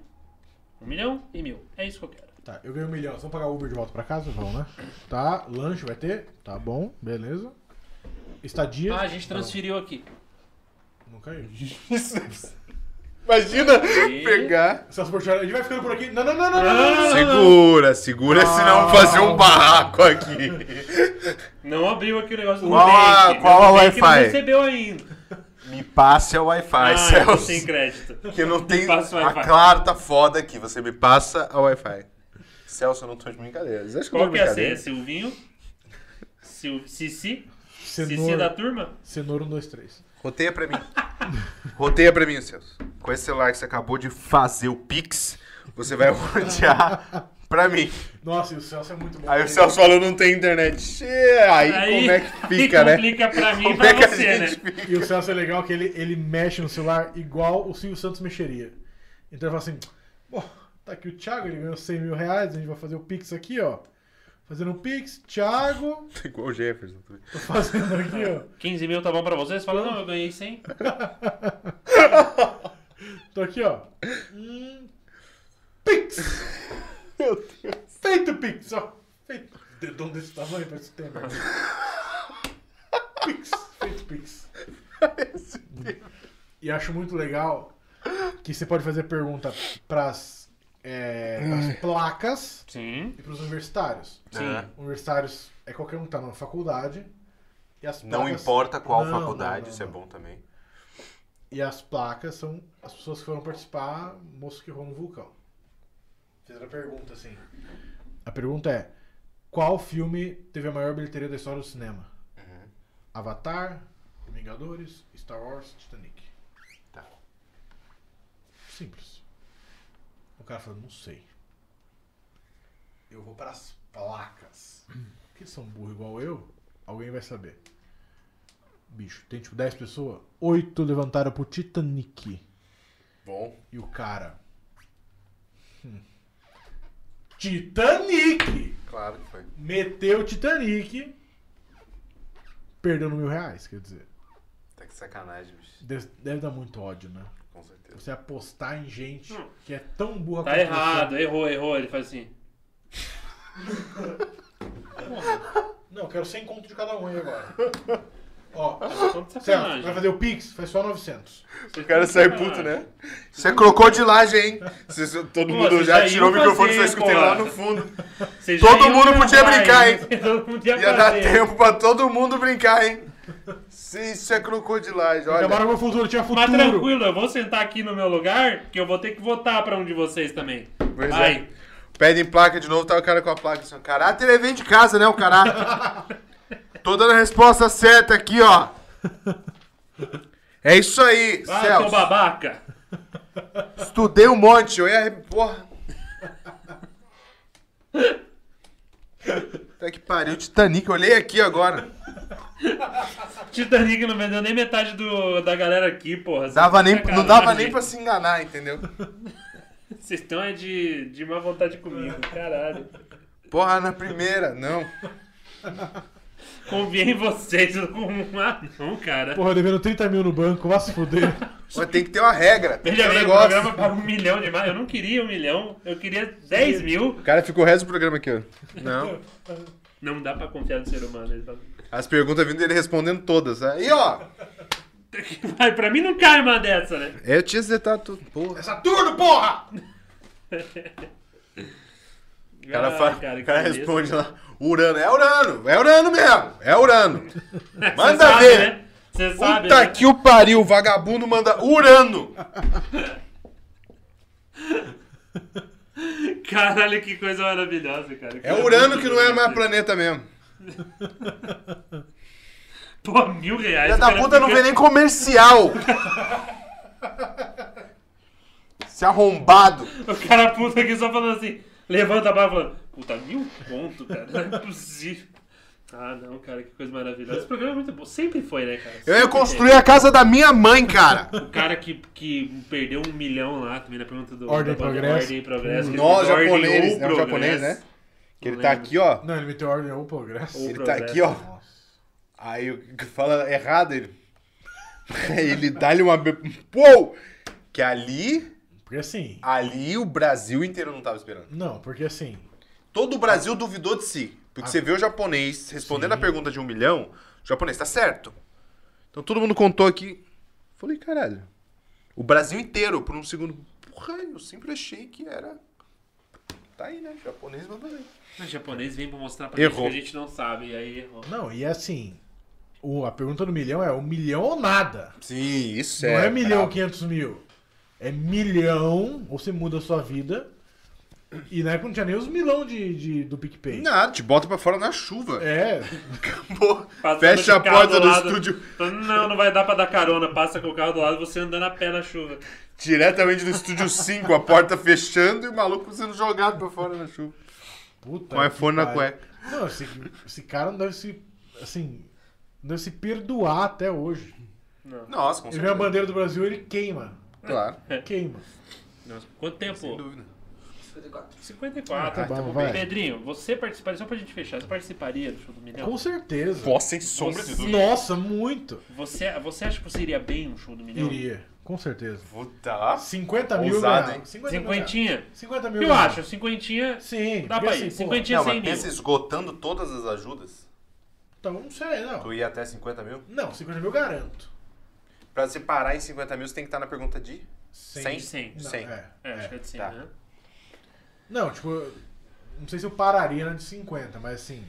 Speaker 3: Um milhão e mil. É isso que eu quero.
Speaker 1: Tá, eu ganhei um milhão. Vocês vão pagar Uber de volta pra casa? Vão, né? Tá, lanche vai ter? Tá bom, beleza. Estadia?
Speaker 3: Ah, a gente transferiu aqui.
Speaker 1: Não
Speaker 3: (laughs)
Speaker 1: caiu.
Speaker 5: Imagina (laughs)
Speaker 3: E-
Speaker 5: pegar.
Speaker 1: Essas portiárias, a gente vai ficando por aqui. Não, não, não, não, não. não.
Speaker 3: Ah,
Speaker 5: Segura, segura, senão vou fazer um barraco aqui.
Speaker 3: Não abriu aqui o negócio do
Speaker 5: Qual a-
Speaker 3: Nubank.
Speaker 5: qual a
Speaker 3: Nubank não
Speaker 5: Wi-Fi?
Speaker 3: recebeu ainda.
Speaker 5: Me passe o Wi-Fi,
Speaker 3: ah, eu tô
Speaker 5: Celso.
Speaker 3: sem crédito.
Speaker 5: Que eu não tenho.
Speaker 3: passa o Wi-Fi.
Speaker 5: A Claro tá foda aqui. Você me passa a Wi-Fi. Celso, eu não tô de brincadeira. Vocês acham que eu tô
Speaker 3: Qual
Speaker 5: de
Speaker 3: que é a senha?
Speaker 5: brincadeira?
Speaker 3: Silvinho? Sil... Cici? Cici da
Speaker 1: Cenoura,
Speaker 3: turma?
Speaker 1: cenoura 1, 2, 3.
Speaker 5: Roteia pra mim. Roteia pra mim, Celso. Com esse celular que você acabou de fazer o Pix, você vai rotear pra mim.
Speaker 1: Nossa, e o Celso é muito bom.
Speaker 5: Aí o Celso falou, não tem internet. Tchê, Aí, como é
Speaker 3: (laughs)
Speaker 5: que fica,
Speaker 3: aí
Speaker 5: né?
Speaker 3: complica pra mim e
Speaker 5: Como
Speaker 3: pra
Speaker 5: é que a
Speaker 3: você, né?
Speaker 5: gente fica?
Speaker 1: E o Celso é legal que ele, ele mexe no celular igual o Silvio Santos mexeria. Então ele fala assim: Pô, tá aqui o Thiago, ele ganhou 100 mil reais, a gente vai fazer o Pix aqui, ó. Fazendo um pix, Thiago.
Speaker 5: Igual o Jefferson.
Speaker 1: Tô fazendo aqui, ó.
Speaker 3: 15 mil tá bom pra vocês? Fala, não, eu ganhei 100.
Speaker 1: Tô aqui, ó. Hum. Pix! Feito Pix, ó. Feito. Dedão desse tamanho pra esse tema. pix. Feito Pix. E acho muito legal que você pode fazer pergunta pras, é, pras placas
Speaker 3: Sim.
Speaker 1: e pros universitários.
Speaker 3: Sim.
Speaker 1: Universitários é qualquer um que tá na faculdade. E as
Speaker 5: Não
Speaker 1: placas-
Speaker 5: importa qual
Speaker 1: Não, não,
Speaker 5: faculdade,
Speaker 1: não,
Speaker 5: isso é
Speaker 1: não.
Speaker 5: bom também.
Speaker 1: E as placas são as pessoas que foram participar, moço que errou no vulcão. Fizeram a pergunta, assim. A pergunta é: qual filme teve a maior bilheteria da história do cinema? Uhum. Avatar, Vingadores, Star Wars, Titanic.
Speaker 5: Tá.
Speaker 1: Simples. O cara falou: não sei. Eu vou para as placas. Porque são burro igual eu, alguém vai saber. Bicho, tem tipo 10 pessoas, 8 levantaram pro Titanic.
Speaker 6: Bom.
Speaker 1: E o cara. hum, Titanic!
Speaker 5: Claro que foi.
Speaker 1: Meteu o Titanic. Perdeu no mil reais, quer dizer.
Speaker 5: Tá que sacanagem, bicho.
Speaker 1: Deve, deve dar muito ódio, né?
Speaker 5: Com certeza.
Speaker 1: Você apostar em gente que é tão burra
Speaker 3: Tá
Speaker 1: quanto você.
Speaker 3: errado, errou, errou. Ele faz assim.
Speaker 1: Não, eu quero 100 conto de cada um aí
Speaker 3: (laughs)
Speaker 1: agora. Ó,
Speaker 3: Quanto
Speaker 1: Celso, vai
Speaker 3: Tá sacanagem.
Speaker 1: fazer o Pix? Faz só 900.
Speaker 3: O
Speaker 5: Isso é crocodilagem, hein? Se- se- todo
Speaker 3: Pô,
Speaker 5: mundo
Speaker 3: vocês
Speaker 5: já
Speaker 3: já
Speaker 5: tirou o
Speaker 3: iam
Speaker 5: microfone,
Speaker 3: fazer,
Speaker 5: só escutei lá
Speaker 3: porra.
Speaker 5: no fundo. Todo mundo podia brincar, hein?
Speaker 3: (laughs) Todo mundo ia,
Speaker 5: Ia dar
Speaker 3: fazer.
Speaker 5: tempo pra todo mundo brincar, hein? Se isso é crocodilagem, olha.
Speaker 1: Acabaram meu futuro, tinha futuro.
Speaker 3: Mas tranquilo, eu vou sentar aqui no meu lugar, que eu vou ter que votar pra um de vocês também.
Speaker 5: Pois é.
Speaker 3: Vai.
Speaker 5: Pedem placa de novo, tá o cara com a placa assim. ó, Caráter ele vem de casa, né, o caráter?
Speaker 3: (laughs)
Speaker 5: Tô dando a resposta certa aqui, ó. É isso aí,
Speaker 3: Vai, seu
Speaker 5: Celso.
Speaker 3: Ah, babaca.
Speaker 5: Estudei um monte, eu ia. arre-
Speaker 3: (laughs)
Speaker 5: Porra. Até que pariu, Titanic, eu olhei aqui agora.
Speaker 3: Titanic não vendeu nem metade do, da galera aqui, porra. Vocês
Speaker 5: Dava
Speaker 3: estão
Speaker 5: nem,
Speaker 3: de
Speaker 5: não dava
Speaker 3: sacanagem.
Speaker 5: nem pra se enganar, entendeu?
Speaker 3: Vocês estão é de, de má vontade comigo, caralho.
Speaker 5: Porra, na primeira, não.
Speaker 3: Conviei em vocês (laughs) com um anão, cara.
Speaker 1: Porra, devendo 30 mil no banco, vá se fuder.
Speaker 5: Mas tem que ter uma regra. Tem que ter
Speaker 3: Veja
Speaker 5: um
Speaker 3: bem, o
Speaker 5: negócio.
Speaker 3: programa para um milhão de mais. Eu não queria um milhão, eu queria 10 mil.
Speaker 5: O cara ficou o resto do programa aqui, ó. Não.
Speaker 3: Não dá pra confiar no ser humano. Ele fala,
Speaker 5: As perguntas vindo dele respondendo todas. né? Aí, ó.
Speaker 3: (laughs) Vai, pra mim não cai uma dessa, né?
Speaker 5: É, Eu tinha zetado tudo. Porra.
Speaker 1: Essa turno, porra!
Speaker 5: O cara,
Speaker 3: Ah,
Speaker 5: fala,
Speaker 3: cara,
Speaker 5: o cara
Speaker 3: que beleza.
Speaker 5: responde lá. Urano. É Urano. É Urano mesmo. É
Speaker 3: (laughs)
Speaker 5: Urano.
Speaker 3: Você
Speaker 5: Manda
Speaker 3: sabe,
Speaker 5: ver.
Speaker 3: né? Você sabe,
Speaker 5: Puta
Speaker 3: né?
Speaker 5: que o pariu. o Vagabundo manda Urano.
Speaker 3: Caralho, que coisa maravilhosa, cara.
Speaker 5: É Urano que não é mais planeta mesmo.
Speaker 3: Pô, mil reais.
Speaker 5: Filha
Speaker 3: o
Speaker 5: da
Speaker 3: cara
Speaker 5: puta não
Speaker 3: fica-
Speaker 5: vê nem (laughs) comercial. Se arrombado.
Speaker 3: O cara puta aqui só falando assim, levanta a barra falando, puta, mil conto, cara, não é possível. Ah, não, cara, que coisa maravilhosa. Esse programa é muito bom. Sempre foi, né, cara?
Speaker 5: Eu ia
Speaker 3: Sempre
Speaker 5: construir a casa da minha mãe, cara.
Speaker 3: teve. O cara que, que perdeu um milhão lá, também na pergunta do...
Speaker 1: Ordem
Speaker 3: da
Speaker 1: e
Speaker 3: banda
Speaker 1: Progresso.
Speaker 3: Ordem e Progresso. que
Speaker 5: Hum. Nós,
Speaker 3: ele fez Ordem
Speaker 5: japoneses.
Speaker 3: ou
Speaker 5: É um japonês,
Speaker 3: Progresso.
Speaker 5: né? Que ele
Speaker 3: Não
Speaker 5: tá
Speaker 3: lembro.
Speaker 5: aqui,
Speaker 1: (laughs)
Speaker 5: ó.
Speaker 1: Não, ele meteu ordem ao progresso.
Speaker 3: Ou
Speaker 5: Ele tá
Speaker 3: Progresso.
Speaker 5: aqui, ó.
Speaker 1: Nossa.
Speaker 5: Aí o que fala errado ele. (laughs) Aí ele dá-lhe uma. be- Pô! Que ali.
Speaker 1: Porque assim.
Speaker 5: Ali o Brasil inteiro não tava esperando.
Speaker 1: Não, porque assim.
Speaker 5: Todo o Brasil duvidou de si. Porque você vê o japonês respondendo a pergunta de um milhão, o japonês tá certo. Então todo mundo contou aqui. Falei, caralho. O Brasil inteiro, por um segundo. Porra, eu sempre achei que era. Tá aí, né? Japonês manda bem.
Speaker 3: Mas japonês vem pra mostrar pra
Speaker 5: Errou.
Speaker 3: gente que a gente não sabe, e aí errou.
Speaker 1: Não, e assim. O, a pergunta do milhão é o milhão ou nada.
Speaker 5: Sim, isso
Speaker 1: não é milhão quinhentos mil. É milhão, ou você muda a sua vida. E na época não tinha nem os milhão de, de- do PicPay.
Speaker 5: Nada, te bota pra fora na chuva.
Speaker 1: É,
Speaker 5: Pô,
Speaker 3: Passando
Speaker 5: fecha a
Speaker 3: com o carro
Speaker 5: porta do
Speaker 3: lado.
Speaker 5: estúdio
Speaker 3: Não, não vai dar pra dar carona. Passa com o carro do lado, você andando a pé na chuva.
Speaker 5: diretamente do estúdio 5, a porta fechando e o maluco sendo jogado pra fora na chuva.
Speaker 1: puta.
Speaker 5: Com o
Speaker 1: que
Speaker 5: iPhone na
Speaker 1: pariu.
Speaker 5: cueca.
Speaker 1: Não, esse, esse cara não deve se. Assim. Não deve se perdoar até hoje.
Speaker 5: Nossa, com
Speaker 1: Ele vê a
Speaker 5: certeza.
Speaker 1: bandeira do Brasil, ele queima.
Speaker 5: Claro,
Speaker 1: Queima.
Speaker 3: Nossa, quanto
Speaker 5: sem
Speaker 3: tempo?
Speaker 5: dúvida.
Speaker 2: 54.
Speaker 3: 54.
Speaker 1: tá bom,
Speaker 3: tudo
Speaker 1: vai.
Speaker 3: bem. Ah, Pedrinho, você participaria, só pra gente fechar, você participaria do show do Milhão?
Speaker 1: Com certeza.
Speaker 5: Pô, sem sombra de dúvida.
Speaker 1: Nossa, muito.
Speaker 3: Você, você acha que você iria bem no show do Milhão?
Speaker 1: Iria, com certeza.
Speaker 5: Puta.
Speaker 1: 50 mil
Speaker 5: Ousado,
Speaker 1: reais.
Speaker 5: hein?
Speaker 1: 50 mil reais.
Speaker 3: Cinquentinha?
Speaker 1: 50 mil
Speaker 3: Eu
Speaker 1: reais.
Speaker 3: acho, cinquentinha
Speaker 1: Sim.
Speaker 3: dá
Speaker 1: porque
Speaker 3: pra ir.
Speaker 1: assim, pô,
Speaker 3: Cinquentinha,
Speaker 5: Não,
Speaker 3: cem
Speaker 5: mas
Speaker 3: mil.
Speaker 5: pensa esgotando todas as ajudas,
Speaker 1: Então, não sei, não.
Speaker 5: tu ia até 50 mil?
Speaker 1: Não, 50 mil eu garanto.
Speaker 5: Pra você parar em 50 mil, você tem que estar na pergunta de
Speaker 1: Cem.
Speaker 5: 100?
Speaker 3: Cem.
Speaker 1: Não,
Speaker 5: 100.
Speaker 1: é,
Speaker 3: É, acho
Speaker 1: é.
Speaker 3: que é de 100,
Speaker 5: tá.
Speaker 3: né?
Speaker 1: Não, tipo, eu- não sei se eu pararia na de 50, mas assim,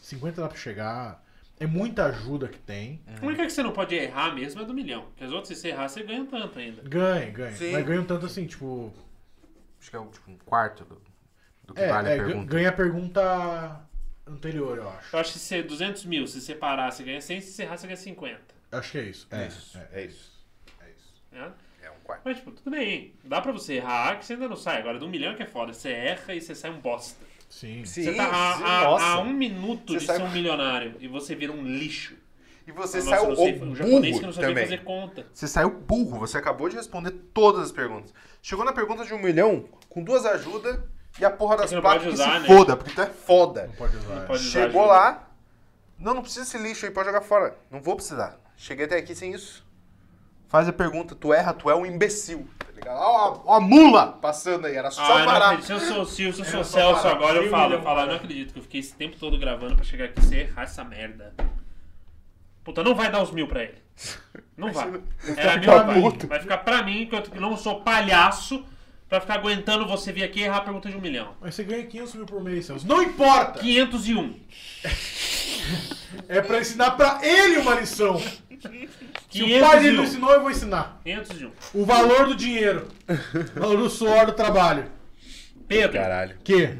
Speaker 1: 50 dá pra chegar. É muita ajuda que tem.
Speaker 3: A única é que você não pode errar mesmo é do milhão. Porque as outras, se você errar, você ganha tanto ainda.
Speaker 1: Ganha, ganha.
Speaker 6: Sim.
Speaker 1: Mas ganha um tanto assim, tipo.
Speaker 5: Acho que é um, tipo, um quarto do, do que
Speaker 1: É,
Speaker 5: vale
Speaker 1: é,
Speaker 5: a
Speaker 1: gan-
Speaker 5: pergunta.
Speaker 1: ganha a pergunta anterior, eu acho.
Speaker 3: Eu acho que se é 200 mil, se separar, você ganha 100, se você errar, você ganha 50.
Speaker 1: Acho que é isso. É,
Speaker 5: Isso,
Speaker 1: é.
Speaker 5: é isso. É isso.
Speaker 3: Né?
Speaker 5: É um quarto.
Speaker 3: Mas, tipo, tudo bem. Dá pra você errar que você ainda não sai. Agora, do milhão é que é foda. Você erra e você sai um bosta.
Speaker 1: Sim.
Speaker 3: Você tá a, a- a um minuto
Speaker 5: Você
Speaker 3: de
Speaker 5: sai-
Speaker 3: ser um milionário e você vira um lixo.
Speaker 5: E você
Speaker 3: Nossa,
Speaker 5: saiu
Speaker 3: eu
Speaker 5: o
Speaker 3: não sei, um
Speaker 5: burro
Speaker 3: japonês que não sabia
Speaker 5: também.
Speaker 3: fazer conta.
Speaker 5: Você saiu burro, você acabou de responder todas as perguntas. Chegou na pergunta de um milhão, com duas ajudas, e a porra das
Speaker 3: Você não
Speaker 5: placas
Speaker 3: pode
Speaker 5: que
Speaker 3: usar,
Speaker 5: se
Speaker 3: né?
Speaker 5: foda, porque tu é foda.
Speaker 1: Não pode usar.
Speaker 3: Pode usar
Speaker 5: Chegou
Speaker 3: ajuda.
Speaker 5: lá, não, não precisa esse lixo aí, pode jogar fora. Não vou precisar. Cheguei até aqui sem isso. Faz a pergunta, tu erra, tu é um imbecil, tá ligado? Ó, ó a mula passando aí, era só
Speaker 3: Ah, eu não
Speaker 5: parar.
Speaker 3: acredito. Se eu sou o Silvio, se eu sou o
Speaker 1: só
Speaker 3: Celso
Speaker 1: parar.
Speaker 3: agora, eu
Speaker 1: Meio
Speaker 3: falo. Eu
Speaker 1: milhão,
Speaker 3: falo, eu não
Speaker 1: cara.
Speaker 3: acredito que eu fiquei esse tempo todo gravando pra chegar aqui e você errar essa merda. Puta, não vai dar os mil pra ele. Não vai. Era mil
Speaker 5: ficar
Speaker 3: pra mim.
Speaker 5: puto.
Speaker 3: Vai ficar pra mim, que eu não sou palhaço, pra ficar aguentando você vir aqui e errar a pergunta de um milhão.
Speaker 1: Mas você ganha 500 mil por mês, Celso. Não importa!
Speaker 3: 501.
Speaker 1: É pra ensinar pra ele uma lição. Se o pai dele não
Speaker 3: 501.
Speaker 1: ensinou, eu vou ensinar.
Speaker 3: 501.
Speaker 1: O valor do dinheiro. O valor do suor do trabalho.
Speaker 3: Pedro,
Speaker 6: Caralho.
Speaker 1: Que?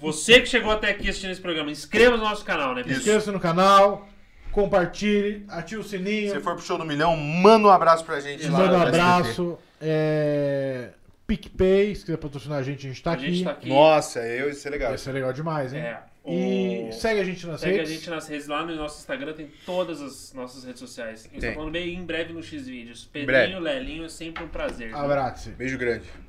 Speaker 3: você que chegou até aqui assistindo esse programa, inscreva-se no nosso canal, né, Pedro?
Speaker 1: Inscreva-se no canal, compartilhe, ative o sininho,
Speaker 5: Se for pro show do milhão, manda um abraço pra gente lá. né?
Speaker 1: manda um
Speaker 5: no SBT.
Speaker 1: abraço. É... PicPay, se quiser patrocinar a gente, a gente tá
Speaker 3: A
Speaker 1: aqui.
Speaker 3: gente tá aqui.
Speaker 5: Nossa, eu, isso é legal.
Speaker 1: Vai ser legal demais, hein?
Speaker 3: É,
Speaker 1: E
Speaker 3: o-
Speaker 1: segue a gente nas
Speaker 3: Segue a
Speaker 1: redes.
Speaker 3: gente nas redes lá no nosso Instagram, tem todas as nossas redes sociais. tá Eu estou
Speaker 6: Tem.
Speaker 3: falando bem em breve no X-Vídeos.
Speaker 6: breve.
Speaker 3: Pedrinho, Lelinho, é sempre um prazer.
Speaker 1: Abraço.
Speaker 6: Beijo grande.